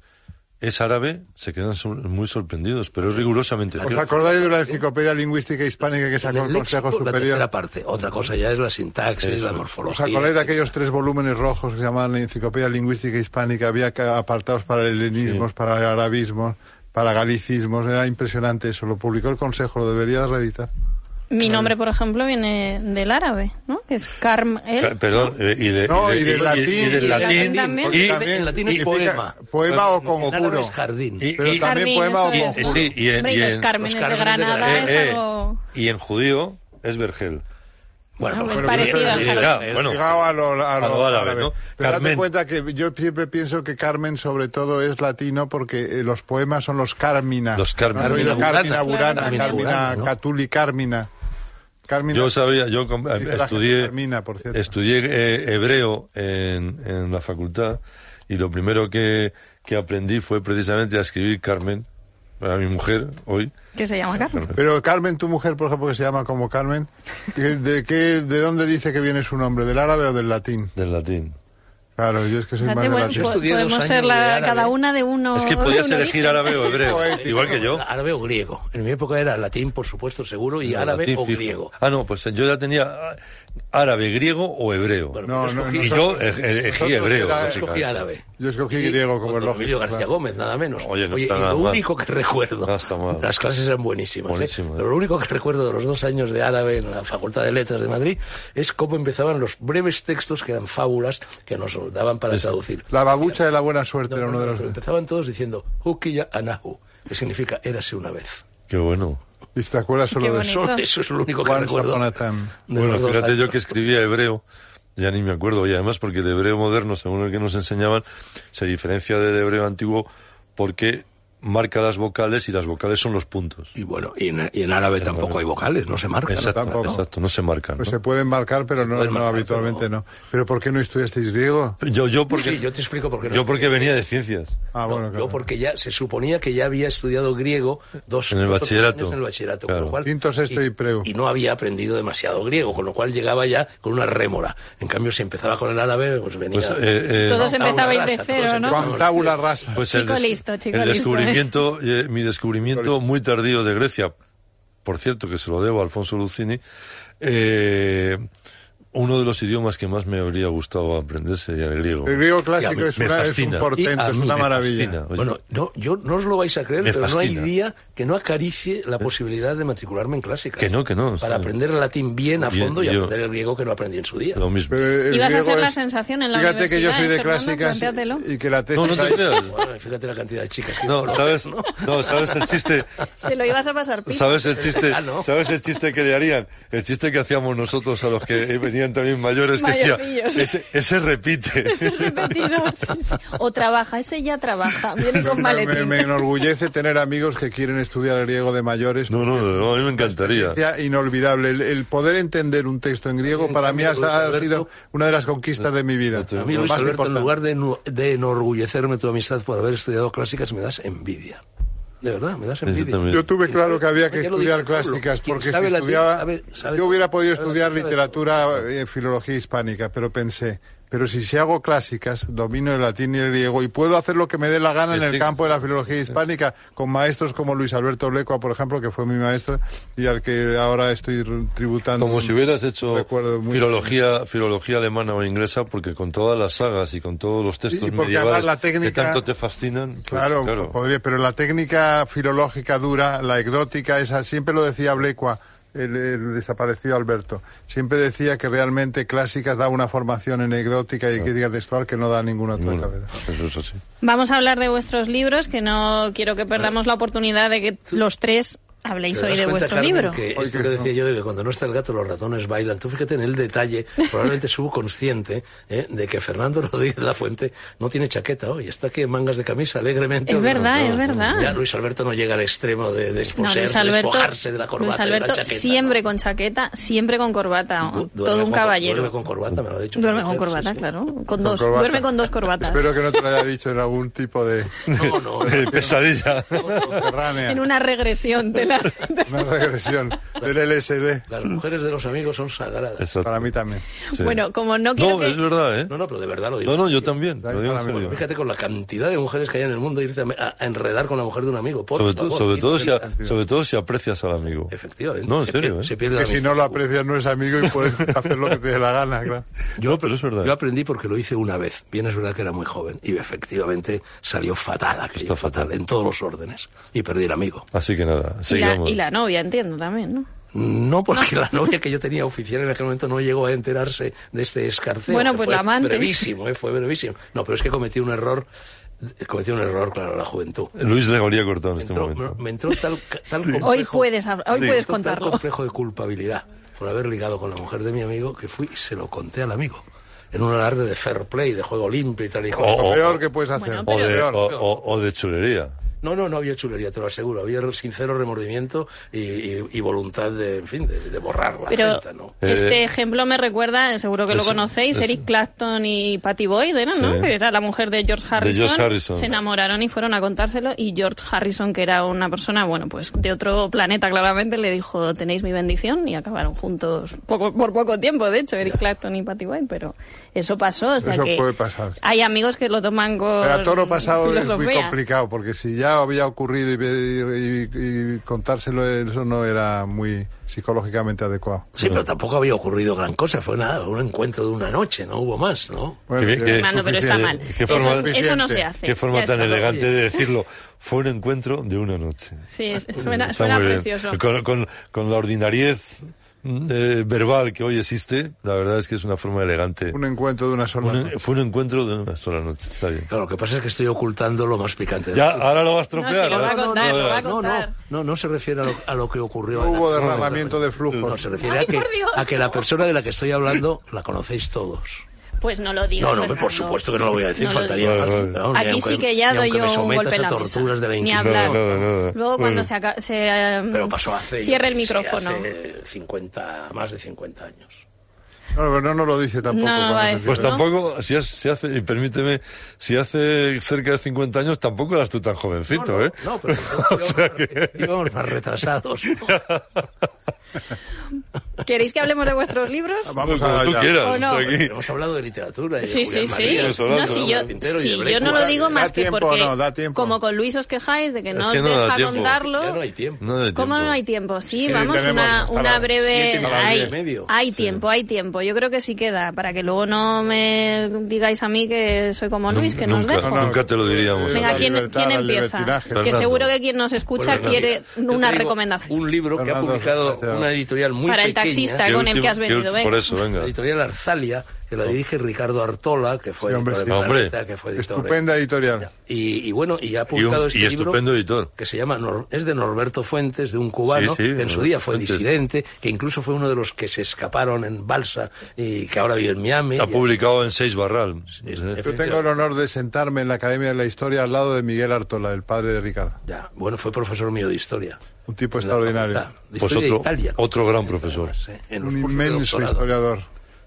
Speaker 2: es árabe, se quedan sor- muy sorprendidos, pero es rigurosamente
Speaker 3: ¿Os
Speaker 2: cierto.
Speaker 3: acordáis de la enciclopedia lingüística hispánica que
Speaker 4: En
Speaker 3: sacó el
Speaker 4: el léxico,
Speaker 3: Consejo
Speaker 4: la tercera
Speaker 3: Superior?
Speaker 4: parte. Otra cosa ya es la sintaxis, la
Speaker 3: ¿Os
Speaker 4: morfología.
Speaker 3: acordáis de aquellos tres volúmenes rojos que se llamaban la enciclopedia lingüística hispánica? Había ca- apartados para helenismos, para arabismos, para galicismos. Era impresionante eso. Lo publicó el Consejo, lo debería reeditar.
Speaker 1: Mi nombre, por ejemplo, viene del árabe, ¿no? Que es
Speaker 2: Ca-
Speaker 1: Carmel.
Speaker 2: Perdón, eh, y, de,
Speaker 3: No, y
Speaker 2: de-
Speaker 3: del latín.
Speaker 2: y del
Speaker 1: Y del
Speaker 2: latín,
Speaker 1: latín también.
Speaker 2: y-
Speaker 4: Porque también en latín es
Speaker 3: significa
Speaker 4: poema.
Speaker 3: Poema o
Speaker 4: En árabe
Speaker 3: conjuro.
Speaker 4: es jardín.
Speaker 2: y-
Speaker 3: Pero
Speaker 2: y-
Speaker 3: también
Speaker 1: Carmín,
Speaker 3: poema o
Speaker 1: eso es.
Speaker 3: conjuro.
Speaker 2: Sí, y en-
Speaker 1: Hombre,
Speaker 2: y
Speaker 1: y los
Speaker 2: en-
Speaker 1: Cármenes de
Speaker 4: los Cármenes de
Speaker 1: Granada
Speaker 4: Granada.
Speaker 1: es
Speaker 2: Eh, eh,
Speaker 1: algo...
Speaker 2: Y en judío es vergel.
Speaker 1: Ah,
Speaker 4: Bueno,
Speaker 1: pues
Speaker 4: pero-
Speaker 1: parecido
Speaker 4: pero-
Speaker 1: al
Speaker 4: pero-
Speaker 1: jardín.
Speaker 2: Ya, bueno.
Speaker 3: Ligado a lo, a
Speaker 2: A
Speaker 3: lo
Speaker 2: lo árabe,
Speaker 3: árabe.
Speaker 2: ¿no?
Speaker 3: Pero date
Speaker 2: Carmen.
Speaker 3: cuenta que yo siempre pienso que Carmen, sobre todo, es latino porque eh, los poemas son los Carmina.
Speaker 2: Los Carmina.
Speaker 3: ¿Has oído? Carmina
Speaker 4: Carmina
Speaker 3: Burana,
Speaker 4: Burana.
Speaker 3: Carmina,
Speaker 4: Carmina Burana, ¿no?
Speaker 3: Catuli, Carmina. Carmina.
Speaker 2: Yo sabía, yo com-
Speaker 3: Dice la gente
Speaker 2: estudié,
Speaker 3: Carmina, por cierto.
Speaker 2: estudié eh, hebreo en, en la facultad y lo primero que, que aprendí fue precisamente a escribir Carmen para mi mujer hoy.
Speaker 1: que se llama Carmen.
Speaker 3: Pero Carmen, tu mujer, por ejemplo, que se llama como Carmen, ¿que- ¿de, qué, ¿de dónde dice que viene su nombre? ¿Del árabe o del latín?
Speaker 2: Del latín.
Speaker 3: Claro, yo es que soy
Speaker 1: Fíjate,
Speaker 3: más del
Speaker 1: bueno,
Speaker 3: latín.
Speaker 1: po-
Speaker 4: estudié dos
Speaker 1: pues podemos
Speaker 4: años
Speaker 1: ser la-
Speaker 4: de árabe.
Speaker 1: cada una de uno.
Speaker 2: Es que
Speaker 1: de
Speaker 2: podías
Speaker 1: Oh, un origen.
Speaker 2: elegir árabe o hebreo,
Speaker 3: Poético.
Speaker 2: igual que yo.
Speaker 4: Árabe o griego. En mi época era latín, por supuesto, seguro, y árabe
Speaker 2: Latín
Speaker 4: o
Speaker 2: fijo.
Speaker 4: griego.
Speaker 2: Ah, no, pues yo ya tenía ah, árabe, griego o hebreo.
Speaker 4: Bueno, pues
Speaker 3: No, no,
Speaker 2: y
Speaker 3: nosotros-
Speaker 2: yo eh, eh, elegí
Speaker 3: nosotros
Speaker 2: hebreo.
Speaker 3: era-
Speaker 4: Escogí
Speaker 2: lógicamente.
Speaker 4: árabe.
Speaker 3: Yo escogí griego, como es
Speaker 4: Don Emilio
Speaker 3: lógico.
Speaker 4: García
Speaker 3: claro.
Speaker 4: Gómez, nada menos.
Speaker 2: Oye, no
Speaker 4: y
Speaker 2: está nada
Speaker 4: lo
Speaker 2: mal.
Speaker 4: único que recuerdo,
Speaker 2: No está mal.
Speaker 4: las clases eran buenísimas, ¿eh?
Speaker 2: Buenísimo, ¿eh?
Speaker 4: pero lo único que recuerdo de los dos años de árabe en la Facultad de Letras de Madrid es cómo empezaban los breves textos que eran fábulas que nos daban para traducir.
Speaker 3: La babucha de la buena suerte
Speaker 4: No,
Speaker 3: Este era
Speaker 4: no,
Speaker 3: uno de
Speaker 4: no,
Speaker 3: los...
Speaker 4: pero Empezaban todos diciendo Hukiya Anahu, que significa érase una vez.
Speaker 2: Qué bueno.
Speaker 3: ¿Y te acuerdas
Speaker 1: Qué
Speaker 3: solo de
Speaker 1: bonito.
Speaker 3: eso?
Speaker 4: Solo eso es lo único que
Speaker 3: Once
Speaker 4: recuerdo.
Speaker 3: upon a time.
Speaker 4: de
Speaker 2: Bueno,
Speaker 4: los dos
Speaker 2: fíjate yo
Speaker 4: años.
Speaker 2: que escribía hebreo, ya ni me acuerdo, y además porque el hebreo moderno, según el que nos enseñaban, se diferencia del hebreo antiguo porque marca las vocales y las vocales son los puntos.
Speaker 4: Y bueno, y en, y en árabe tampoco hay vocales, no se marcan.
Speaker 2: exacto,
Speaker 3: tampoco.
Speaker 2: exacto, no se marcan.
Speaker 3: Pues
Speaker 2: ¿no?
Speaker 3: se pueden marcar, pero no,
Speaker 4: pueden
Speaker 3: no,
Speaker 4: marcar,
Speaker 3: habitualmente
Speaker 4: pero-
Speaker 3: no. ¿Pero por qué no estudiasteis griego?
Speaker 2: Yo, yo porque,
Speaker 4: Sí, yo te explico por qué no.
Speaker 2: yo porque venía de ciencias.
Speaker 3: Ah,
Speaker 4: No,
Speaker 3: bueno,
Speaker 4: no,
Speaker 3: claro.
Speaker 4: porque ya se suponía que ya había estudiado griego dos
Speaker 2: En el
Speaker 4: dos o tres
Speaker 2: bachillerato.
Speaker 4: años en el bachillerato, con
Speaker 2: Claro.
Speaker 4: lo cual-
Speaker 3: Quinto, sexto y preu.
Speaker 4: y no había aprendido demasiado griego, con lo cual llegaba ya con una rémora. En cambio, si empezaba con el árabe, pues venía.
Speaker 2: Pues, eh, eh,
Speaker 1: Todos
Speaker 4: Tabula
Speaker 1: empezabais de
Speaker 4: rasa,
Speaker 1: cero,
Speaker 4: todos
Speaker 1: ¿no?
Speaker 4: empezamos.
Speaker 3: Con tabula rasa.
Speaker 2: Pues
Speaker 1: Chico
Speaker 2: des-
Speaker 1: listo, chico
Speaker 2: el
Speaker 1: listo.
Speaker 2: descubrimiento, eh, mi descubrimiento muy tardío de Grecia, por cierto que se lo debo a Alfonso Lucini, eh, uno de los idiomas que más me habría gustado aprenderse era el griego.
Speaker 3: El griego
Speaker 4: Y a
Speaker 3: clásico
Speaker 4: mí
Speaker 3: es,
Speaker 2: me
Speaker 3: una, es un
Speaker 2: fascina.
Speaker 4: Y a
Speaker 3: portento, es
Speaker 4: mí
Speaker 3: una
Speaker 4: me
Speaker 3: maravilla.
Speaker 2: fascina. Oye.
Speaker 4: Bueno, no, yo no os lo vais a creer,
Speaker 2: Me
Speaker 4: pero no hay
Speaker 2: fascina. Eh.
Speaker 4: día que no acaricie la posibilidad de matricularme en clásicas.
Speaker 2: Que no, que no.
Speaker 4: Para
Speaker 2: Sí.
Speaker 4: aprender el latín bien a
Speaker 2: Bien,
Speaker 4: fondo y
Speaker 2: yo-
Speaker 4: aprender el griego que no aprendí en su día.
Speaker 2: Lo mismo.
Speaker 3: Pero el
Speaker 1: Ibas a
Speaker 3: griego
Speaker 1: ser la
Speaker 3: es-
Speaker 1: sensación en la
Speaker 3: Fíjate que yo
Speaker 1: universidad,
Speaker 3: soy de
Speaker 1: ¿eh, Fernando?
Speaker 3: clásicas
Speaker 1: Plantéatelo.
Speaker 3: y que la tesis...
Speaker 2: No, no te creas.
Speaker 4: Bueno, fíjate la cantidad de chicas que
Speaker 2: No, sabes, no, sabes el chiste,
Speaker 1: Se lo ibas a pasar pipa.
Speaker 2: sabes el chiste,
Speaker 4: Ah, no.
Speaker 2: sabes el chiste que le harían, el chiste que hacíamos nosotros a los que venían también mayores, que decía,
Speaker 1: Mayorcillos.
Speaker 2: ese, ese repite.
Speaker 1: Es repetido. sí, sí. O trabaja, ese ya trabaja. Viene
Speaker 3: Pero
Speaker 1: con
Speaker 3: me, me-
Speaker 1: maletín.
Speaker 3: me enorgullece tener amigos que quieren estudiar griego de mayores.
Speaker 2: No, no, no, a mí me encantaría.
Speaker 3: Ya, Inolvidable. El, el poder entender un texto en griego para mí ha,
Speaker 4: Luis
Speaker 3: ha
Speaker 4: Alberto-
Speaker 3: sido una de las conquistas de mi vida.
Speaker 4: A mí,
Speaker 3: Lo
Speaker 4: Luis
Speaker 3: más
Speaker 4: Alberto, en
Speaker 3: importante.
Speaker 4: lugar de, enu- de enorgullecerme tu amistad por haber estudiado clásicas, me das envidia. De verdad, me das envidia.
Speaker 2: también.
Speaker 3: Yo tuve claro que había que
Speaker 4: Ya lo
Speaker 3: estudiar
Speaker 4: dijo Pablo,
Speaker 3: clásicas,
Speaker 4: quien
Speaker 3: porque si
Speaker 4: sabe latín,
Speaker 3: estudiaba...
Speaker 4: sabe- sabe-
Speaker 3: yo hubiera podido
Speaker 4: sabe
Speaker 3: estudiar
Speaker 4: latín, sabe
Speaker 3: literatura, eh, filología hispánica, pero pensé, pero si, si hago clásicas, domino el latín y el griego, y puedo hacer lo que me dé la gana en
Speaker 2: Sí,
Speaker 3: el
Speaker 2: sí.
Speaker 3: campo de la filología hispánica, con maestros como Luis Alberto Blecoa, por ejemplo, que fue mi maestro, y al que ahora estoy r- tributando...
Speaker 2: Como si hubieras hecho
Speaker 3: Recuerdo muy-
Speaker 2: filología, filología alemana o inglesa, porque con todas las sagas y con todos los textos
Speaker 3: Y porque además
Speaker 2: medievales
Speaker 3: la técnica-
Speaker 2: que tanto te fascinan, pues,
Speaker 3: Claro,
Speaker 2: claro.
Speaker 3: podría, pero la técnica filológica dura, la anecdótica, esa, siempre lo decía Blecua, el, el desaparecido Alberto, siempre decía que realmente clásicas da una formación anecdótica y crítica textual que no da ninguna otra
Speaker 2: Bueno,
Speaker 3: carrera.
Speaker 2: eso es así.
Speaker 1: Vamos a hablar de vuestros libros, que no quiero que perdamos la oportunidad de que los tres Habléis
Speaker 4: ¿Te
Speaker 1: hoy
Speaker 4: das
Speaker 1: de
Speaker 4: cuenta,
Speaker 1: vuestro
Speaker 4: Carmen,
Speaker 1: libro.
Speaker 4: Que esto que decía yo de que cuando no está el gato los ratones bailan. Tú fíjate en el detalle, probablemente subconsciente, ¿eh? de que Fernando Rodríguez de la Fuente no tiene chaqueta hoy. Está aquí en mangas de camisa alegremente.
Speaker 1: Es
Speaker 4: Oye,
Speaker 1: verdad,
Speaker 4: no,
Speaker 1: es
Speaker 4: no,
Speaker 1: verdad.
Speaker 4: Ya Luis Alberto no llega al extremo de
Speaker 1: No,
Speaker 4: desposeer,
Speaker 1: Luis
Speaker 4: de
Speaker 1: Alberto,
Speaker 4: despojarse de la corbata,
Speaker 1: Luis Alberto
Speaker 4: de la chaqueta.
Speaker 1: siempre con chaqueta, siempre con corbata,
Speaker 4: Du- duerme
Speaker 1: todo un
Speaker 4: con-
Speaker 1: caballero.
Speaker 4: Duerme con corbata, me lo ha dicho.
Speaker 1: Duerme
Speaker 4: Sí,
Speaker 1: con
Speaker 4: sí,
Speaker 1: corbata,
Speaker 4: sí.
Speaker 1: claro. Con
Speaker 3: Con
Speaker 1: dos,
Speaker 3: corbata.
Speaker 1: duerme con dos corbatas.
Speaker 3: Espero que no te lo haya dicho en algún tipo de
Speaker 4: No, no,
Speaker 2: Eh,
Speaker 4: no.
Speaker 2: pesadilla.
Speaker 3: subterránea,
Speaker 1: En una regresión de la...
Speaker 3: una regresión del LSD.
Speaker 4: Las
Speaker 2: Mm.
Speaker 4: mujeres de los amigos son sagradas.
Speaker 2: Exacto,
Speaker 3: Para mí también.
Speaker 2: sí.
Speaker 1: Bueno, como no quiero
Speaker 2: No,
Speaker 1: que...
Speaker 2: es verdad, ¿eh?
Speaker 4: No, no, pero de verdad lo digo.
Speaker 2: No, no, yo también.
Speaker 3: Dale,
Speaker 2: Lo digo en
Speaker 3: para mí,
Speaker 2: serio.
Speaker 4: Fíjate con la cantidad de mujeres que hay en el mundo irte a, a enredar con la mujer de un amigo. Por
Speaker 2: Sobre, to-
Speaker 4: favor.
Speaker 2: sobre todo si a-
Speaker 3: cantidad.
Speaker 2: sobre todo si aprecias al amigo.
Speaker 4: Efectivamente.
Speaker 2: No, en
Speaker 4: se
Speaker 2: serio,
Speaker 4: pier-
Speaker 2: ¿eh?
Speaker 4: se pierde la
Speaker 3: Que si
Speaker 4: amistad.
Speaker 3: no lo aprecias no es amigo y puedes hacer lo que te dé la gana, claro.
Speaker 2: Yo, pero es verdad.
Speaker 4: Yo aprendí porque lo hice una vez. Bien, es verdad que era muy joven. Y efectivamente salió fatal aquello.
Speaker 2: Está fatal.
Speaker 4: fatal. En todos los órdenes. Y perdí el amigo.
Speaker 2: Así que nada,
Speaker 1: Y la,
Speaker 2: sigamos.
Speaker 1: y la novia, entiendo también, ¿no?
Speaker 4: No porque la novia que yo tenía oficial en aquel momento no llegó a enterarse de este escarceo.
Speaker 1: Bueno,
Speaker 4: que
Speaker 1: pues
Speaker 4: fue
Speaker 1: la amante.
Speaker 4: Brevísimo, ¿eh? fue brevísimo. No, pero es que cometí un error. eh, Cometí un error, claro, la juventud.
Speaker 2: Luis Legoría cortado en
Speaker 4: Me
Speaker 2: este
Speaker 4: entró,
Speaker 2: momento.
Speaker 4: me entró tal, tal complejo.
Speaker 1: Hoy puedes hab- hoy
Speaker 4: me
Speaker 1: puedes
Speaker 4: entró tal
Speaker 1: contarlo.
Speaker 4: complejo de culpabilidad por haber ligado con la mujer de mi amigo que fui y se lo conté al amigo. En un alarde de fair play, de juego limpio y tal y cual.
Speaker 2: Oh,
Speaker 3: Lo
Speaker 2: oh.
Speaker 3: peor que puedes hacer.
Speaker 1: Bueno, pero-
Speaker 2: O de,
Speaker 3: peor.
Speaker 2: o, o- o de chulería.
Speaker 4: No, no, no había chulería, te lo aseguro. Había sincero remordimiento y, y- y voluntad de, en fin, de, de borrar la
Speaker 1: Pero
Speaker 4: gente, ¿no?
Speaker 1: este ejemplo me recuerda, seguro que lo
Speaker 2: Eh, es-
Speaker 1: conocéis,
Speaker 2: es-
Speaker 1: Eric Clapton y Patty Boyd, ¿eran,
Speaker 2: Sí.
Speaker 1: ¿no? Que era la mujer de George Harrison.
Speaker 2: George Harrison.
Speaker 1: Se enamoraron y fueron a contárselo y George Harrison, que era una persona, bueno, pues de otro planeta claramente, le dijo, tenéis mi bendición y acabaron juntos poco, por poco tiempo, de hecho, Eric Clapton y Patty Boyd, pero eso pasó. O sea
Speaker 3: Eso
Speaker 1: que
Speaker 3: puede pasar.
Speaker 1: Hay amigos que lo toman con
Speaker 3: Pero a toro pasado es muy
Speaker 1: filosofía.
Speaker 3: complicado, porque si ya había ocurrido y, y- y contárselo, eso no era muy psicológicamente adecuado.
Speaker 4: Sí, pero tampoco había ocurrido gran cosa. Fue nada, un encuentro de una noche, no hubo más, ¿no?
Speaker 3: Bueno,
Speaker 2: Que-
Speaker 3: sí,
Speaker 2: que-
Speaker 1: Fernando, pero está mal.
Speaker 3: suficiente.
Speaker 2: Qué
Speaker 1: Eso
Speaker 2: forma-
Speaker 1: es- eso no se
Speaker 3: Suficiente.
Speaker 1: hace.
Speaker 2: Qué forma
Speaker 1: Ya
Speaker 2: tan
Speaker 1: está.
Speaker 2: elegante de decirlo. Fue un encuentro de una noche.
Speaker 1: Sí, es- suena,
Speaker 2: Está
Speaker 1: suena
Speaker 2: muy bien.
Speaker 1: precioso.
Speaker 2: Con, con- con la ordinariez mm, eh, verbal que hoy existe, la verdad es que es una forma elegante.
Speaker 3: Un encuentro de una sola.
Speaker 2: Un en- fue un encuentro de una sola noche. Está bien.
Speaker 4: Claro, lo que pasa es que estoy ocultando lo más picante. de
Speaker 2: Ya,
Speaker 4: la culpa.
Speaker 2: ahora lo vas a
Speaker 1: No,
Speaker 2: tropear.
Speaker 1: sí,
Speaker 2: ¿eh?
Speaker 1: lo va a
Speaker 2: ¿verdad?
Speaker 1: contar, lo va a
Speaker 4: no,
Speaker 1: contar.
Speaker 4: no, no, no se refiere a lo, a lo que ocurrió.
Speaker 3: No
Speaker 4: en la-
Speaker 3: hubo derramamiento de flujos.
Speaker 4: No, se refiere
Speaker 1: Ay,
Speaker 4: a, que,
Speaker 1: por Dios.
Speaker 4: a que la persona de la que estoy hablando la conocéis todos.
Speaker 1: Pues no lo digo.
Speaker 4: No, no, por supuesto que no lo voy a decir,
Speaker 1: No lo
Speaker 4: faltaría
Speaker 2: digo.
Speaker 4: más.
Speaker 2: Vale, vale.
Speaker 4: Vamos, ni
Speaker 1: Aquí sí
Speaker 4: aunque-
Speaker 1: que ya
Speaker 4: ni
Speaker 1: doy yo
Speaker 4: aunque me
Speaker 1: un
Speaker 4: sometas
Speaker 1: golpe a
Speaker 4: a
Speaker 1: la mesa.
Speaker 4: torturas de la
Speaker 1: Ni
Speaker 4: Inquisición.
Speaker 1: hablar.
Speaker 2: No, no, no.
Speaker 1: Luego cuando
Speaker 2: Bueno.
Speaker 1: se, aca- se, eh,
Speaker 4: Pero pasó hace.
Speaker 1: cierre el
Speaker 4: sí,
Speaker 1: micrófono.
Speaker 4: hace 50, más de 50 años.
Speaker 3: No, pero no nos lo dice tampoco.
Speaker 1: No, no
Speaker 3: cuando
Speaker 1: va a
Speaker 3: se
Speaker 1: decir.
Speaker 2: Pues
Speaker 1: ¿no?
Speaker 2: tampoco, si, es- si hace, y permíteme, si hace cerca de 50 años tampoco eras tú tan jovencito,
Speaker 4: no, no,
Speaker 2: ¿eh?
Speaker 4: no, pero
Speaker 2: o sea que...
Speaker 4: íbamos más retrasados.
Speaker 1: ¿Queréis que hablemos de vuestros libros?
Speaker 3: Vamos
Speaker 4: pues,
Speaker 2: como
Speaker 3: a
Speaker 2: tú
Speaker 3: ya.
Speaker 2: quieras.
Speaker 1: ¿O no?
Speaker 2: o sea, aquí-
Speaker 4: Hemos hablado de literatura. y de
Speaker 1: Sí, sí, sí.
Speaker 4: Julián María,
Speaker 2: Estamos hablando
Speaker 1: No, sí,
Speaker 2: de
Speaker 1: yo,
Speaker 4: de Pintero y
Speaker 1: sí,
Speaker 4: de
Speaker 1: yo
Speaker 4: Blake
Speaker 1: no lo
Speaker 4: Ward.
Speaker 1: digo
Speaker 3: Da
Speaker 1: más que
Speaker 3: tiempo,
Speaker 1: porque,
Speaker 3: no, da tiempo.
Speaker 1: como con Luis os quejáis de que no
Speaker 2: que
Speaker 1: os
Speaker 2: no da
Speaker 1: deja
Speaker 2: tiempo.
Speaker 1: contarlo.
Speaker 4: Ya no hay tiempo.
Speaker 2: No hay
Speaker 1: ¿Cómo
Speaker 2: tiempo.
Speaker 1: no hay tiempo? Sí,
Speaker 3: Sí,
Speaker 1: vamos,
Speaker 3: tenemos
Speaker 1: una,
Speaker 3: hasta
Speaker 1: una
Speaker 3: las
Speaker 1: breve...
Speaker 4: siete y media.
Speaker 1: hay
Speaker 4: Hora y medio.
Speaker 1: hay tiempo, hay tiempo. Yo creo que sí queda, para que luego no me digáis a mí que soy como Luis, que no os
Speaker 2: nunca,
Speaker 1: dejo.
Speaker 3: No, no,
Speaker 2: nunca te lo diríamos.
Speaker 1: Venga,
Speaker 3: Pues La
Speaker 1: ¿quién,
Speaker 3: libertad,
Speaker 1: quién
Speaker 3: el
Speaker 1: empieza?
Speaker 3: libertinaje. Pues
Speaker 1: Que
Speaker 2: Fernando.
Speaker 1: seguro que quien nos escucha
Speaker 4: Bueno,
Speaker 1: quiere
Speaker 4: mira, yo
Speaker 1: una
Speaker 4: te digo
Speaker 1: recomendación.
Speaker 4: Un libro que ha
Speaker 3: Fernando,
Speaker 4: publicado
Speaker 3: gracias.
Speaker 4: una editorial muy
Speaker 1: Para el
Speaker 4: pequeña,
Speaker 1: taxista.
Speaker 2: Qué
Speaker 1: Con el que
Speaker 2: último-
Speaker 1: has
Speaker 2: qué
Speaker 1: venido,
Speaker 2: último-
Speaker 1: venga.
Speaker 2: Por eso,
Speaker 4: La
Speaker 2: venga.
Speaker 4: editorial Arzalia, que la dirige Ricardo Artola, que fue
Speaker 3: Sí, hombre,
Speaker 4: editor de
Speaker 2: sí. Hombre.
Speaker 4: Planeta, que fue editor de-
Speaker 3: Estupenda editorial.
Speaker 4: Y, y bueno, y ha
Speaker 2: Y, un-
Speaker 4: publicado este
Speaker 2: y
Speaker 4: libro
Speaker 2: estupendo editor.
Speaker 4: que se llama Nor- es de Norberto Fuentes, de un cubano
Speaker 2: Sí, sí,
Speaker 4: que en su día fue
Speaker 2: Fuentes.
Speaker 4: disidente, que incluso fue uno de los que se escaparon en balsa y que ahora vive en Miami.
Speaker 2: Ha
Speaker 4: Y-
Speaker 2: publicado en Seis Barral.
Speaker 4: este-
Speaker 3: Yo tengo el honor de sentarme en la Academia de la Historia al lado de Miguel Artola, el padre de Ricardo.
Speaker 4: Ya, bueno, fue profesor mío de historia.
Speaker 3: Un tipo
Speaker 4: En la
Speaker 3: extraordinario.
Speaker 4: facultad de
Speaker 2: Pues
Speaker 4: Historia de
Speaker 2: otro,
Speaker 4: Italia.
Speaker 2: otro gran profesor.
Speaker 4: Sí, en los
Speaker 3: Un
Speaker 4: cursos de
Speaker 3: inmenso
Speaker 4: doctorado.
Speaker 3: historiador.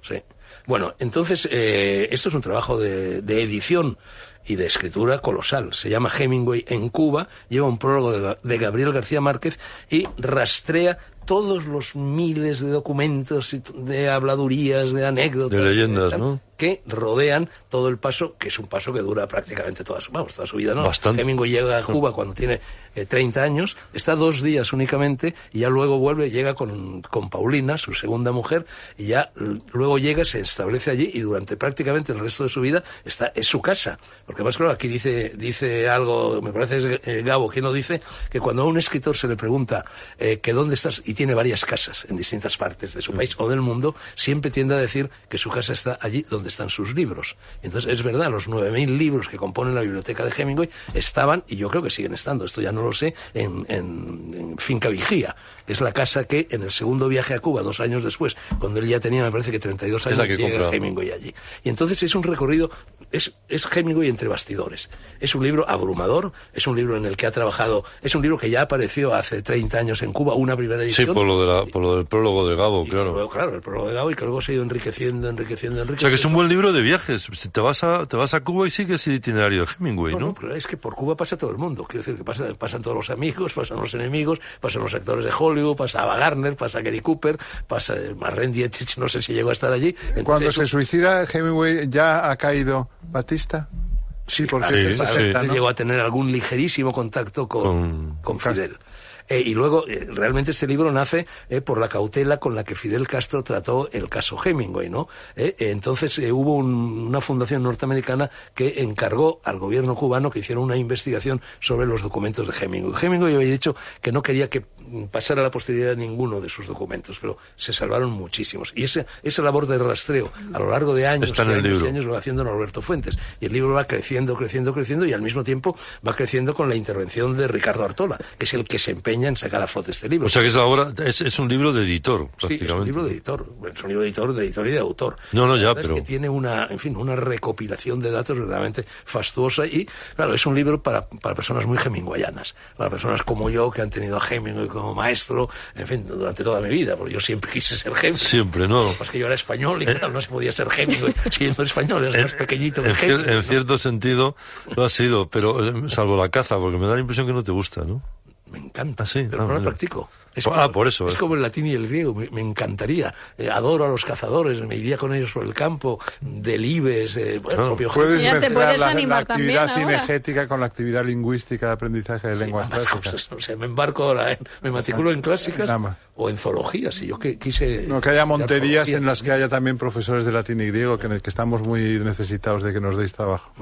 Speaker 4: Sí. Bueno, entonces, eh, esto es un trabajo de, de edición y de escritura colosal. Se llama Hemingway en Cuba, lleva un prólogo de, Ga- de Gabriel García Márquez y rastrea todos los miles de documentos y t- de habladurías, de anécdotas.
Speaker 2: De leyendas,
Speaker 4: y tal,
Speaker 2: ¿no?
Speaker 4: Que rodean todo el paso, que es un paso que dura prácticamente toda su, vamos, toda su vida, ¿no?
Speaker 2: Bastante.
Speaker 4: Hemingway llega a Cuba cuando tiene eh, 30 años, está dos días únicamente y ya luego vuelve, llega con, con Paulina, su segunda mujer, y ya l- luego llega, se establece allí y durante prácticamente el resto de su vida está, es su casa. Porque más claro, aquí dice, dice algo, me parece es, eh, Gabo quien lo dice, que cuando a un escritor se le pregunta eh, que dónde estás y y tiene varias casas en distintas partes de
Speaker 2: Mm.
Speaker 4: su país o del mundo, siempre tiende a decir que su casa está allí donde están sus libros. Entonces, es verdad, los 9.000 libros que componen la biblioteca de Hemingway estaban, y yo creo que siguen estando, esto ya no lo sé, en, en, en Finca Vigía. que Es la casa que en el segundo viaje a Cuba, dos años después, cuando él ya tenía, me parece que 32
Speaker 2: Es
Speaker 4: años,
Speaker 2: la que
Speaker 4: llega
Speaker 2: compra.
Speaker 4: Hemingway allí. Y entonces es un recorrido, es, es Hemingway entre bastidores. Es un libro abrumador, es un libro en el que ha trabajado, es un libro que ya apareció hace 30 años en Cuba, una primera
Speaker 2: Sí,
Speaker 4: edición.
Speaker 2: por lo, de la- por lo del prólogo de Gabo,
Speaker 4: Y
Speaker 2: claro.
Speaker 4: luego, claro, el prólogo de Gabo y que luego se ha ido enriqueciendo, enriqueciendo,
Speaker 2: O
Speaker 4: enriqueciendo.
Speaker 2: sea, que es un buen libro de viajes. Si Te vas a, te vas a Cuba y sigues el itinerario de Hemingway,
Speaker 4: No, no,
Speaker 2: ¿no?
Speaker 4: pero es que por Cuba pasa todo el mundo. Quiero decir que pasa, pasan todos los amigos, pasan los enemigos, pasan los actores de Hollywood, pasa Ava Gardner, pasa Gary Cooper, pasa eh, Marlene Dietrich, no sé si llegó a estar allí. Entonces,
Speaker 3: Cuando
Speaker 4: eso-
Speaker 3: se suicida Hemingway, ¿ya ha caído Batista? Sí, porque
Speaker 2: claro,
Speaker 3: es
Speaker 2: sí,
Speaker 3: el
Speaker 2: sí.
Speaker 3: 60, Pues ¿no?
Speaker 4: llegó a tener algún ligerísimo contacto con,
Speaker 2: Con-
Speaker 4: con Fidel. Eh, y luego, eh, realmente este libro nace eh, por la cautela con la que Fidel Castro trató el caso Hemingway, ¿no? Eh, eh, entonces eh, hubo un- una fundación norteamericana que encargó al gobierno cubano que hiciera una investigación sobre los documentos de Hemingway. Hemingway había dicho que no quería que mm, pasara a la posteridad ninguno de sus documentos, pero se salvaron muchísimos. Y esa, esa labor de rastreo a lo largo de años,
Speaker 2: Está en
Speaker 4: y
Speaker 2: el
Speaker 4: años y
Speaker 2: libro.
Speaker 4: años, lo va haciendo Norberto Fuentes. Y el libro va creciendo, creciendo, creciendo y al mismo tiempo va creciendo con la intervención de Ricardo Artola, que es el que se empeña en sacar a flote este libro.
Speaker 2: O sea, que es, la obra, es, es un libro de editor,
Speaker 4: Sí,
Speaker 2: prácticamente.
Speaker 4: es un libro de editor, es un libro de editor, de editor y de autor.
Speaker 2: No, no, ya,
Speaker 4: La verdad es
Speaker 2: pero-
Speaker 4: que tiene una, en fin, una recopilación de datos verdaderamente fastuosa y, claro, es un libro para, para personas muy hemingwayanas, para personas como yo que han tenido a Hemingway como maestro, en fin, durante toda mi vida, porque yo siempre quise ser Hemingway.
Speaker 2: Siempre, ¿no?
Speaker 4: Pues que yo era español y claro, no se podía ser Hemingway siendo español, eres
Speaker 2: En-
Speaker 4: más pequeñito que
Speaker 2: Eh, en, cier-
Speaker 4: Hemingway,
Speaker 2: en
Speaker 4: ¿no?
Speaker 2: cierto sentido lo ha sido, pero eh, salvo la caza, porque me da la impresión que no te gusta, ¿no?
Speaker 4: Me encanta,
Speaker 2: Ah, sí,
Speaker 4: pero
Speaker 2: ah,
Speaker 4: no lo
Speaker 2: vale.
Speaker 4: practico.
Speaker 2: Ah, por eso,
Speaker 4: Es
Speaker 2: eh.
Speaker 4: como el latín y el griego, me, me encantaría. Eh, adoro a los cazadores, me iría con ellos por el campo, delibes, eh, bueno,
Speaker 2: Claro.
Speaker 4: propio
Speaker 3: Puedes
Speaker 1: Ya te
Speaker 3: mezclar
Speaker 1: puedes
Speaker 3: la, la
Speaker 1: animar
Speaker 3: actividad
Speaker 1: también ahora.
Speaker 3: cinegética con la actividad lingüística de aprendizaje de
Speaker 4: Sí,
Speaker 3: lenguas
Speaker 4: ambas
Speaker 3: clásicas.
Speaker 4: cosas. O sea, me embarco ahora, en- me matriculo en clásicas
Speaker 3: Ambas.
Speaker 4: o en zoologías, si yo que, quise...
Speaker 3: No, que haya monterías
Speaker 4: zoología.
Speaker 3: en las que haya también profesores de latín y griego, que, que estamos muy necesitados de que nos deis trabajo.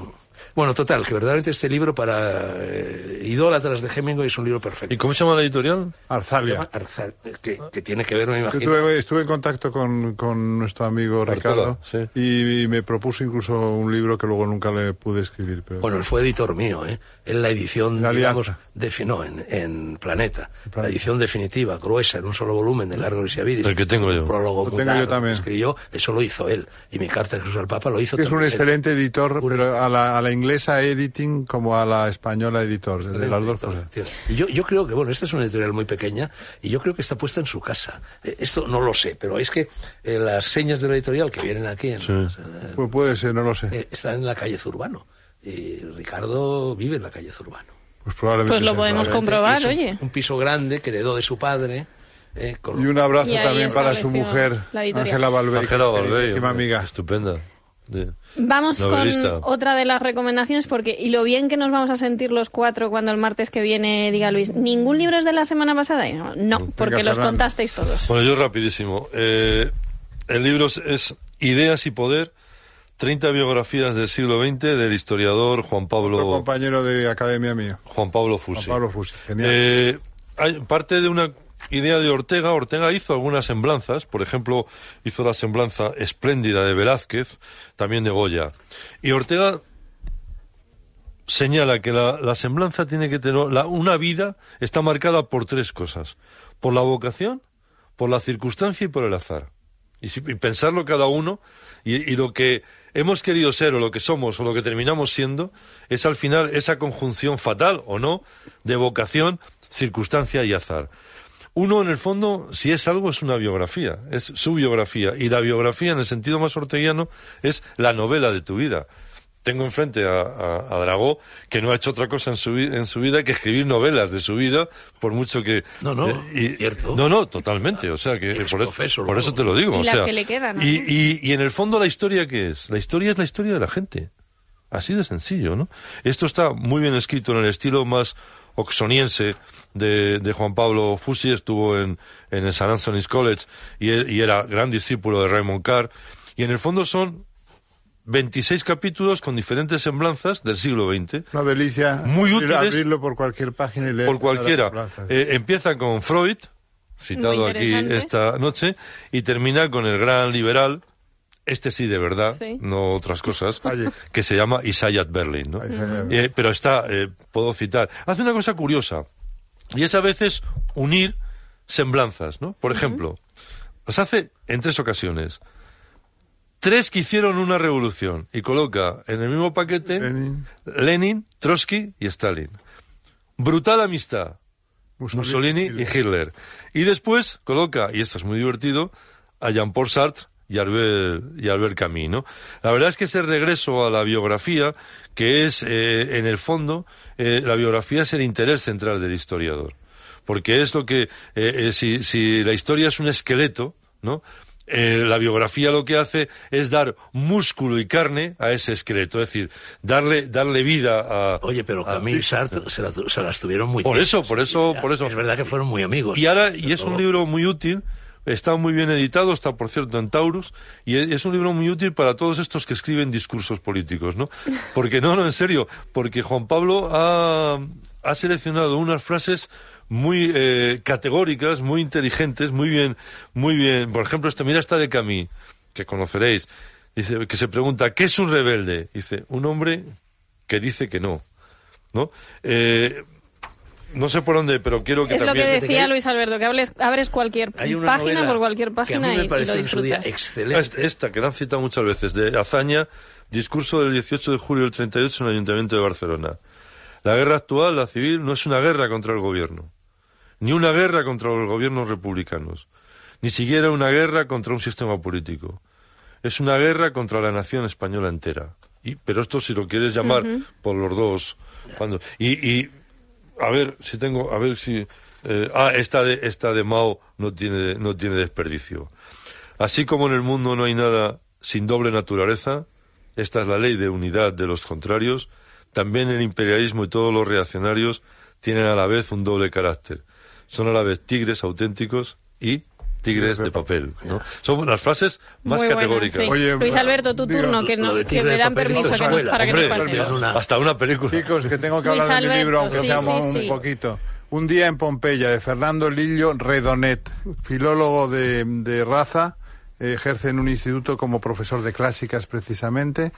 Speaker 4: Bueno, total, que verdaderamente este libro para eh, idólatras de Hemingway es un libro perfecto.
Speaker 2: ¿Y cómo se llama la editorial?
Speaker 4: Se llama
Speaker 3: Arzalia.
Speaker 4: Arzal, que, que tiene que ver, me
Speaker 3: Yo
Speaker 4: imagino...
Speaker 3: tuve- estuve en contacto con, con nuestro amigo
Speaker 2: Artola,
Speaker 3: Ricardo
Speaker 2: sí.
Speaker 3: y, y me propuso incluso un libro que luego nunca le pude escribir. Pero...
Speaker 4: Bueno, él fue editor mío, ¿eh? En la edición,
Speaker 3: La
Speaker 4: digamos,
Speaker 3: Alianza.
Speaker 4: defi- no, en, en Planeta.
Speaker 3: Planeta.
Speaker 4: La edición definitiva, gruesa, en un solo volumen, de Largo Lisiavidis.
Speaker 2: El que tengo yo.
Speaker 4: Un prólogo
Speaker 3: Lo
Speaker 4: muy
Speaker 3: tengo yo
Speaker 4: largo que
Speaker 3: también.
Speaker 4: escribió, eso lo hizo él. Y mi carta que Jesús al Papa lo hizo
Speaker 3: es un
Speaker 4: también él.
Speaker 3: excelente editor, pero a la, a la inglesa editing como a la española editor, de las dos
Speaker 4: Entonces,
Speaker 3: cosas.
Speaker 4: entiendo. Y yo, yo creo que, bueno, esta es una editorial muy pequeña y yo creo que está puesta en su casa. Eh, Esto no lo sé, pero es que eh, las señas de la editorial que vienen aquí en,
Speaker 2: Sí.
Speaker 4: eh,
Speaker 3: Pues puede ser, no lo sé.
Speaker 4: eh, están en la calle Zurbano. Y Ricardo vive en la calle Zurbano.
Speaker 3: Pues probablemente.
Speaker 1: Pues lo
Speaker 3: sea,
Speaker 1: podemos comprobar,
Speaker 3: probablemente.
Speaker 4: Es un-
Speaker 1: oye.
Speaker 4: Un piso grande que heredó de su padre. eh, con-
Speaker 3: Y un abrazo
Speaker 1: Y ahí
Speaker 3: también para su
Speaker 1: estableció
Speaker 3: mujer,
Speaker 1: la editorial.
Speaker 3: Ángela Valverde.
Speaker 2: Ángela Valverde.
Speaker 3: queridísima amiga.
Speaker 2: Estupenda. Sí.
Speaker 1: Vamos
Speaker 2: Novelista.
Speaker 1: con otra de las recomendaciones, porque y lo bien que nos vamos a sentir los cuatro cuando el martes que viene diga Luis, ¿ningún libro es de la semana pasada? Y No, no, porque los
Speaker 3: Fernando.
Speaker 1: contasteis
Speaker 4: Pues
Speaker 1: todos.
Speaker 2: Bueno, yo rapidísimo. Eh, el libro es- es Ideas y Poder, 30 biografías del siglo XX del historiador Juan
Speaker 3: Otro
Speaker 2: Pablo,
Speaker 3: compañero de academia mío.
Speaker 2: Juan Pablo Fusi.
Speaker 3: Juan Pablo Fusi, genial.
Speaker 2: Eh, hay parte de una idea de Ortega. Ortega hizo algunas semblanzas, por ejemplo, hizo la semblanza espléndida de Velázquez, también de Goya. Y Ortega señala que la, la semblanza tiene que tener la- una vida está marcada por tres cosas: por la vocación, por la circunstancia y por el azar. Y, si- y pensarlo cada uno y, y lo que hemos querido ser o lo que somos o lo que terminamos siendo es al final esa conjunción fatal o no de vocación, circunstancia y azar. Uno, en el fondo, si es algo, es una biografía, es su biografía. Y la biografía, en el sentido más orteguiano, es la novela de tu vida. Tengo enfrente a, a, a Dragó, que no ha hecho otra cosa en su, vi- en su vida que escribir novelas de su vida, por mucho que... eh,
Speaker 4: No, no,
Speaker 2: y-
Speaker 4: cierto.
Speaker 2: No, no, totalmente. O sea, que
Speaker 4: Y las
Speaker 2: por,
Speaker 4: confeso
Speaker 2: eso, por
Speaker 4: luego.
Speaker 2: eso te lo digo.
Speaker 1: Y
Speaker 2: o
Speaker 1: las
Speaker 2: sea,
Speaker 1: que le quedan, ¿no?
Speaker 2: Y, y- y en el fondo, ¿la historia qué es? La historia es la historia de la gente. Así de sencillo, ¿no? Esto está muy bien escrito en el estilo más oxoniense de, de Juan Pablo Fusi, estuvo en, en el San Anthony's College y, e- y era gran discípulo de Raymond Carr. Y en el fondo son 26 capítulos con diferentes semblanzas del siglo XX.
Speaker 3: Una delicia.
Speaker 2: Muy
Speaker 3: abrir-
Speaker 2: útiles.
Speaker 3: Abrirlo por cualquier página y leer.
Speaker 2: Por cualquiera. Eh, empiezan con Eh, Freud, citado aquí esta noche, y termina con el gran liberal, este sí de verdad,
Speaker 1: Sí.
Speaker 2: no otras cosas,
Speaker 3: Oye.
Speaker 2: que se llama Isaiah Berlin. ¿no?
Speaker 3: Isaiah Berlin.
Speaker 2: Eh, pero está, eh, puedo citar, hace una cosa curiosa, y es a veces unir semblanzas, ¿no? Por ejemplo, las hace en tres ocasiones. Tres que hicieron una revolución y coloca en el mismo paquete
Speaker 3: Lenin.
Speaker 2: Lenin, Trotsky y Stalin. Brutal amistad, Mussolini y Hitler. Y después coloca, y esto es muy divertido, a Jean-Paul Sartre y Albert, y Albert Camus. ¿no? La verdad es que ese regreso a la biografía, que es, eh, en el fondo, eh, la biografía es el interés central del historiador. Porque es lo que, eh, eh, si, si la historia es un esqueleto, ¿no? Eh, la biografía lo que hace es dar músculo y carne a ese esqueleto, es decir, darle, darle vida a...
Speaker 4: Oye, pero
Speaker 2: a-
Speaker 4: Camille Sartre se, la tu- se las tuvieron muy
Speaker 2: Ah, Por
Speaker 4: bien.
Speaker 2: eso, por eso,
Speaker 4: Ya,
Speaker 2: por eso.
Speaker 4: Es verdad que fueron muy amigos.
Speaker 2: Y ahora, y es un
Speaker 4: Pero-
Speaker 2: libro muy útil, está muy bien editado, está por cierto en Taurus, y e- es un libro muy útil para todos estos que escriben discursos políticos, ¿no? Porque, no, no, en serio, porque Juan Pablo ha, ha seleccionado unas frases muy eh, categóricas, muy inteligentes, muy bien, muy bien. Por ejemplo, esta, mira esta de Camille, que conoceréis, dice, que se pregunta, ¿qué es un rebelde? Dice, un hombre que dice que no, ¿no? Eh, no sé por dónde, pero quiero que
Speaker 1: Es lo
Speaker 2: también...
Speaker 1: que
Speaker 4: te
Speaker 1: decía
Speaker 4: cae-
Speaker 1: Luis Alberto, que hables, abres cualquier
Speaker 4: Hay una
Speaker 1: página
Speaker 4: novela
Speaker 1: por cualquier
Speaker 4: que a
Speaker 1: página
Speaker 4: mí
Speaker 1: y,
Speaker 4: me
Speaker 1: y
Speaker 4: pareció
Speaker 1: lo
Speaker 4: en su día
Speaker 1: disfrutas.
Speaker 2: Esta,
Speaker 4: excelente.
Speaker 2: Ah, esta que la han citado muchas veces, de Azaña, discurso del 18 de julio del 38 en el Ayuntamiento de Barcelona. La guerra actual, la civil, no es una guerra contra el gobierno, ni una guerra contra los gobiernos republicanos, ni siquiera una guerra contra un sistema político. Es una guerra contra la nación española entera. Y, pero esto si lo quieres llamar por los dos bandos. Y, y a ver si tengo, a ver si eh, ah esta de esta de Mao no tiene no tiene desperdicio. Así como en el mundo no hay nada sin doble naturaleza, esta es la ley de unidad de los contrarios, también el imperialismo y todos los reaccionarios tienen a la vez un doble carácter. Son a la vez tigres auténticos y tigres de papel. ¿no? Son las frases más
Speaker 1: Muy buena,
Speaker 2: categóricas.
Speaker 1: sí.
Speaker 3: Oye,
Speaker 1: Luis
Speaker 3: bueno,
Speaker 1: Alberto, tu
Speaker 3: digo,
Speaker 1: turno, que,
Speaker 4: lo
Speaker 1: no,
Speaker 4: de
Speaker 1: que
Speaker 4: tigre
Speaker 1: me
Speaker 4: de
Speaker 1: dan
Speaker 4: papel hizo
Speaker 1: permiso que no-
Speaker 4: escuela.
Speaker 1: para que
Speaker 2: Hombre,
Speaker 1: no pase.
Speaker 4: es una-
Speaker 2: Hasta una película.
Speaker 3: Chicos, que tengo que
Speaker 1: Luis
Speaker 3: hablar de mi
Speaker 1: Alberto,
Speaker 3: libro, aunque
Speaker 1: sí,
Speaker 3: sea
Speaker 1: sí,
Speaker 3: un
Speaker 1: sí.
Speaker 3: poquito. Un día en Pompeya, de Fernando Lillo Redonet, filólogo de, de raza, eh, ejerce en un instituto como profesor de clásicas precisamente,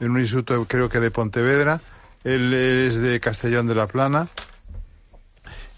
Speaker 3: en un instituto creo que de Pontevedra. Él es de Castellón de la Plana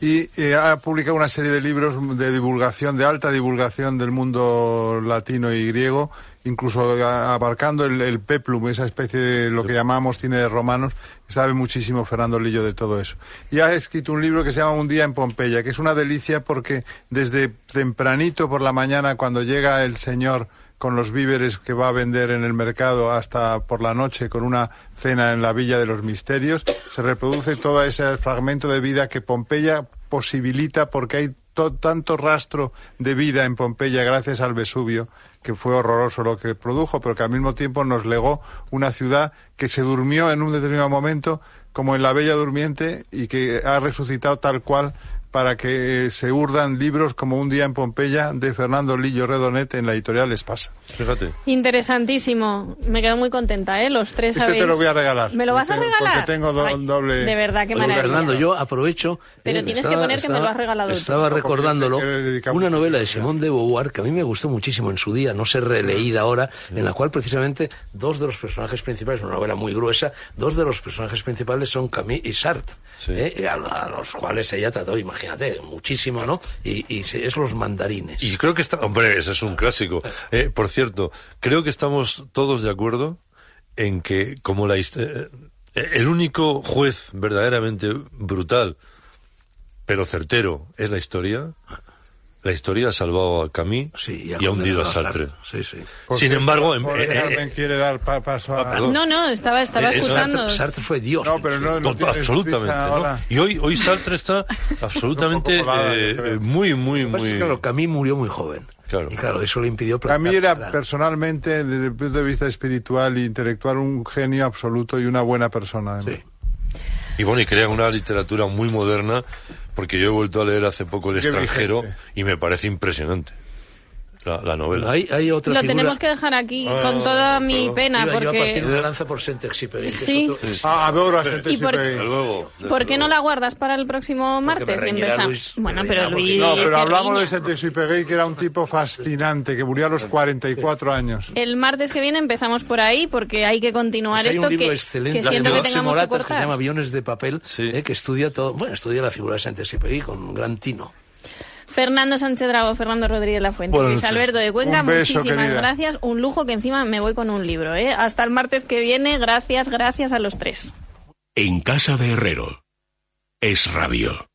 Speaker 3: y eh, ha publicado una serie de libros de divulgación, de alta divulgación del mundo latino y griego, incluso a- abarcando el, el peplum, esa especie de lo que llamamos cine de romanos. Sabe muchísimo Fernando Lillo de todo eso. Y ha escrito un libro que se llama Un día en Pompeya, que es una delicia porque desde tempranito por la mañana, cuando llega el señor con los víveres que va a vender en el mercado hasta por la noche con una cena en la Villa de los Misterios, se reproduce todo ese fragmento de vida que Pompeya posibilita porque hay to- tanto rastro de vida en Pompeya gracias al Vesubio, que fue horroroso lo que produjo, pero que al mismo tiempo nos legó una ciudad que se durmió en un determinado momento como en la Bella Durmiente y que ha resucitado tal cual para que eh, se urdan libros como Un día en Pompeya de Fernando Lillo Redonet en la editorial Espasa.
Speaker 2: Fíjate.
Speaker 1: Interesantísimo. Me quedo muy contenta, ¿eh? Los tres
Speaker 3: Este
Speaker 1: habéis...
Speaker 3: te lo voy a regalar.
Speaker 1: ¿Me lo vas a
Speaker 3: Porque-
Speaker 1: regalar?
Speaker 3: porque tengo do-
Speaker 1: Ay,
Speaker 3: doble-
Speaker 1: De verdad, qué
Speaker 4: Oye,
Speaker 1: maravilla.
Speaker 4: Fernando, yo aprovecho. eh,
Speaker 1: Pero tienes que poner que me lo has regalado tú.
Speaker 4: Estaba
Speaker 3: Porque
Speaker 4: recordándolo.
Speaker 3: te quiero dedicar
Speaker 4: Una
Speaker 3: mucho.
Speaker 4: novela de Simone de Beauvoir que a mí me gustó muchísimo en su día, no ser releída ahora, en la cual precisamente dos de los personajes principales, una novela muy gruesa, dos de los personajes principales son Camille y Sartre,
Speaker 2: Sí.
Speaker 4: ¿eh? a, a los cuales ella trató, imagínate, muchísimo, ¿no? Y, y se- es los mandarines.
Speaker 2: Y creo que está. Hombre, ese es un clásico. Eh, por cierto, creo que estamos todos de acuerdo en que, como la. hist- eh, eh, el único juez verdaderamente brutal, pero certero, es la historia. La historia ha salvado a Camus
Speaker 4: Sí,
Speaker 2: y ha hundido a
Speaker 4: condenado
Speaker 2: Sartre.
Speaker 4: Sí, sí.
Speaker 3: Porque
Speaker 2: Sin embargo, en-
Speaker 3: Jorge
Speaker 2: eh, eh,
Speaker 3: Carmen quiere dar pa- paso a...
Speaker 2: Ah, perdón.
Speaker 1: No, no, estaba, estaba
Speaker 2: Eh, eh,
Speaker 1: escuchando.
Speaker 4: Sartre, Sartre fue Dios.
Speaker 3: No, pero no, no
Speaker 2: No,
Speaker 3: tienes
Speaker 2: absolutamente.
Speaker 3: prisa
Speaker 2: ¿no?
Speaker 3: ahora.
Speaker 2: Y hoy, hoy Sartre está absolutamente
Speaker 3: Un poco colada,
Speaker 2: eh,
Speaker 3: yo creo.
Speaker 2: eh, muy, muy,
Speaker 4: Lo que pasa es
Speaker 2: muy.
Speaker 4: que, claro, Camille murió muy joven.
Speaker 2: Claro.
Speaker 4: Y claro, eso le impidió
Speaker 3: A mí era
Speaker 4: plantar cara.
Speaker 3: personalmente, desde el punto de vista espiritual e intelectual, un genio absoluto y una buena persona. además.
Speaker 4: Sí.
Speaker 2: Y bueno, y crea una literatura muy moderna, porque yo he vuelto a leer hace poco El
Speaker 3: Qué
Speaker 2: extranjero
Speaker 3: vigente.
Speaker 2: y me parece impresionante. la, la novela.
Speaker 4: Hay, hay otra
Speaker 1: Lo
Speaker 4: figura-
Speaker 1: tenemos que dejar aquí
Speaker 2: Ah,
Speaker 1: con toda
Speaker 2: perdón.
Speaker 1: mi pena
Speaker 4: Iba yo a partir de
Speaker 1: porque
Speaker 4: una lanza por Saint-Exupéry. que es
Speaker 1: Sí. Pues
Speaker 4: otro-
Speaker 3: Ah, adoro a gente
Speaker 1: ¿Y por-
Speaker 2: Desde
Speaker 3: siempre-
Speaker 2: luego. desde
Speaker 1: ¿Por qué no
Speaker 2: luego.
Speaker 1: la guardas para el próximo
Speaker 4: Porque me
Speaker 1: martes? Y
Speaker 4: reñirá
Speaker 1: empezamos.
Speaker 4: Luis, me
Speaker 1: bueno,
Speaker 4: reñirá
Speaker 1: pero
Speaker 4: porque-
Speaker 1: Luis.
Speaker 3: No,
Speaker 1: te
Speaker 3: pero hablamos de
Speaker 1: riña.
Speaker 3: Saint-Exupéry, que era un tipo fascinante, que murió a los 44 años.
Speaker 1: El martes que viene empezamos por ahí porque hay que continuar
Speaker 4: Pues hay
Speaker 1: esto
Speaker 4: un libro
Speaker 1: que,
Speaker 4: excelente
Speaker 1: que
Speaker 4: de
Speaker 1: siento que
Speaker 4: José
Speaker 1: tengamos que
Speaker 4: Moratas que se llama
Speaker 1: cortar.
Speaker 4: Aviones de papel,
Speaker 2: Sí.
Speaker 4: eh, que estudia todo, bueno, estudia la figura de Saint-Exupéry con gran tino.
Speaker 1: Fernando Sánchez Drago, Fernando Rodríguez La Fuente,
Speaker 2: Buenas
Speaker 1: Luis
Speaker 2: noches.
Speaker 1: Alberto de Cuenca,
Speaker 3: Un beso,
Speaker 1: muchísimas
Speaker 3: querida.
Speaker 1: gracias. Un lujo que encima me voy con un libro. ¿eh? Hasta el martes que viene. Gracias, gracias a los tres.
Speaker 5: En casa de Herrero. Es radio.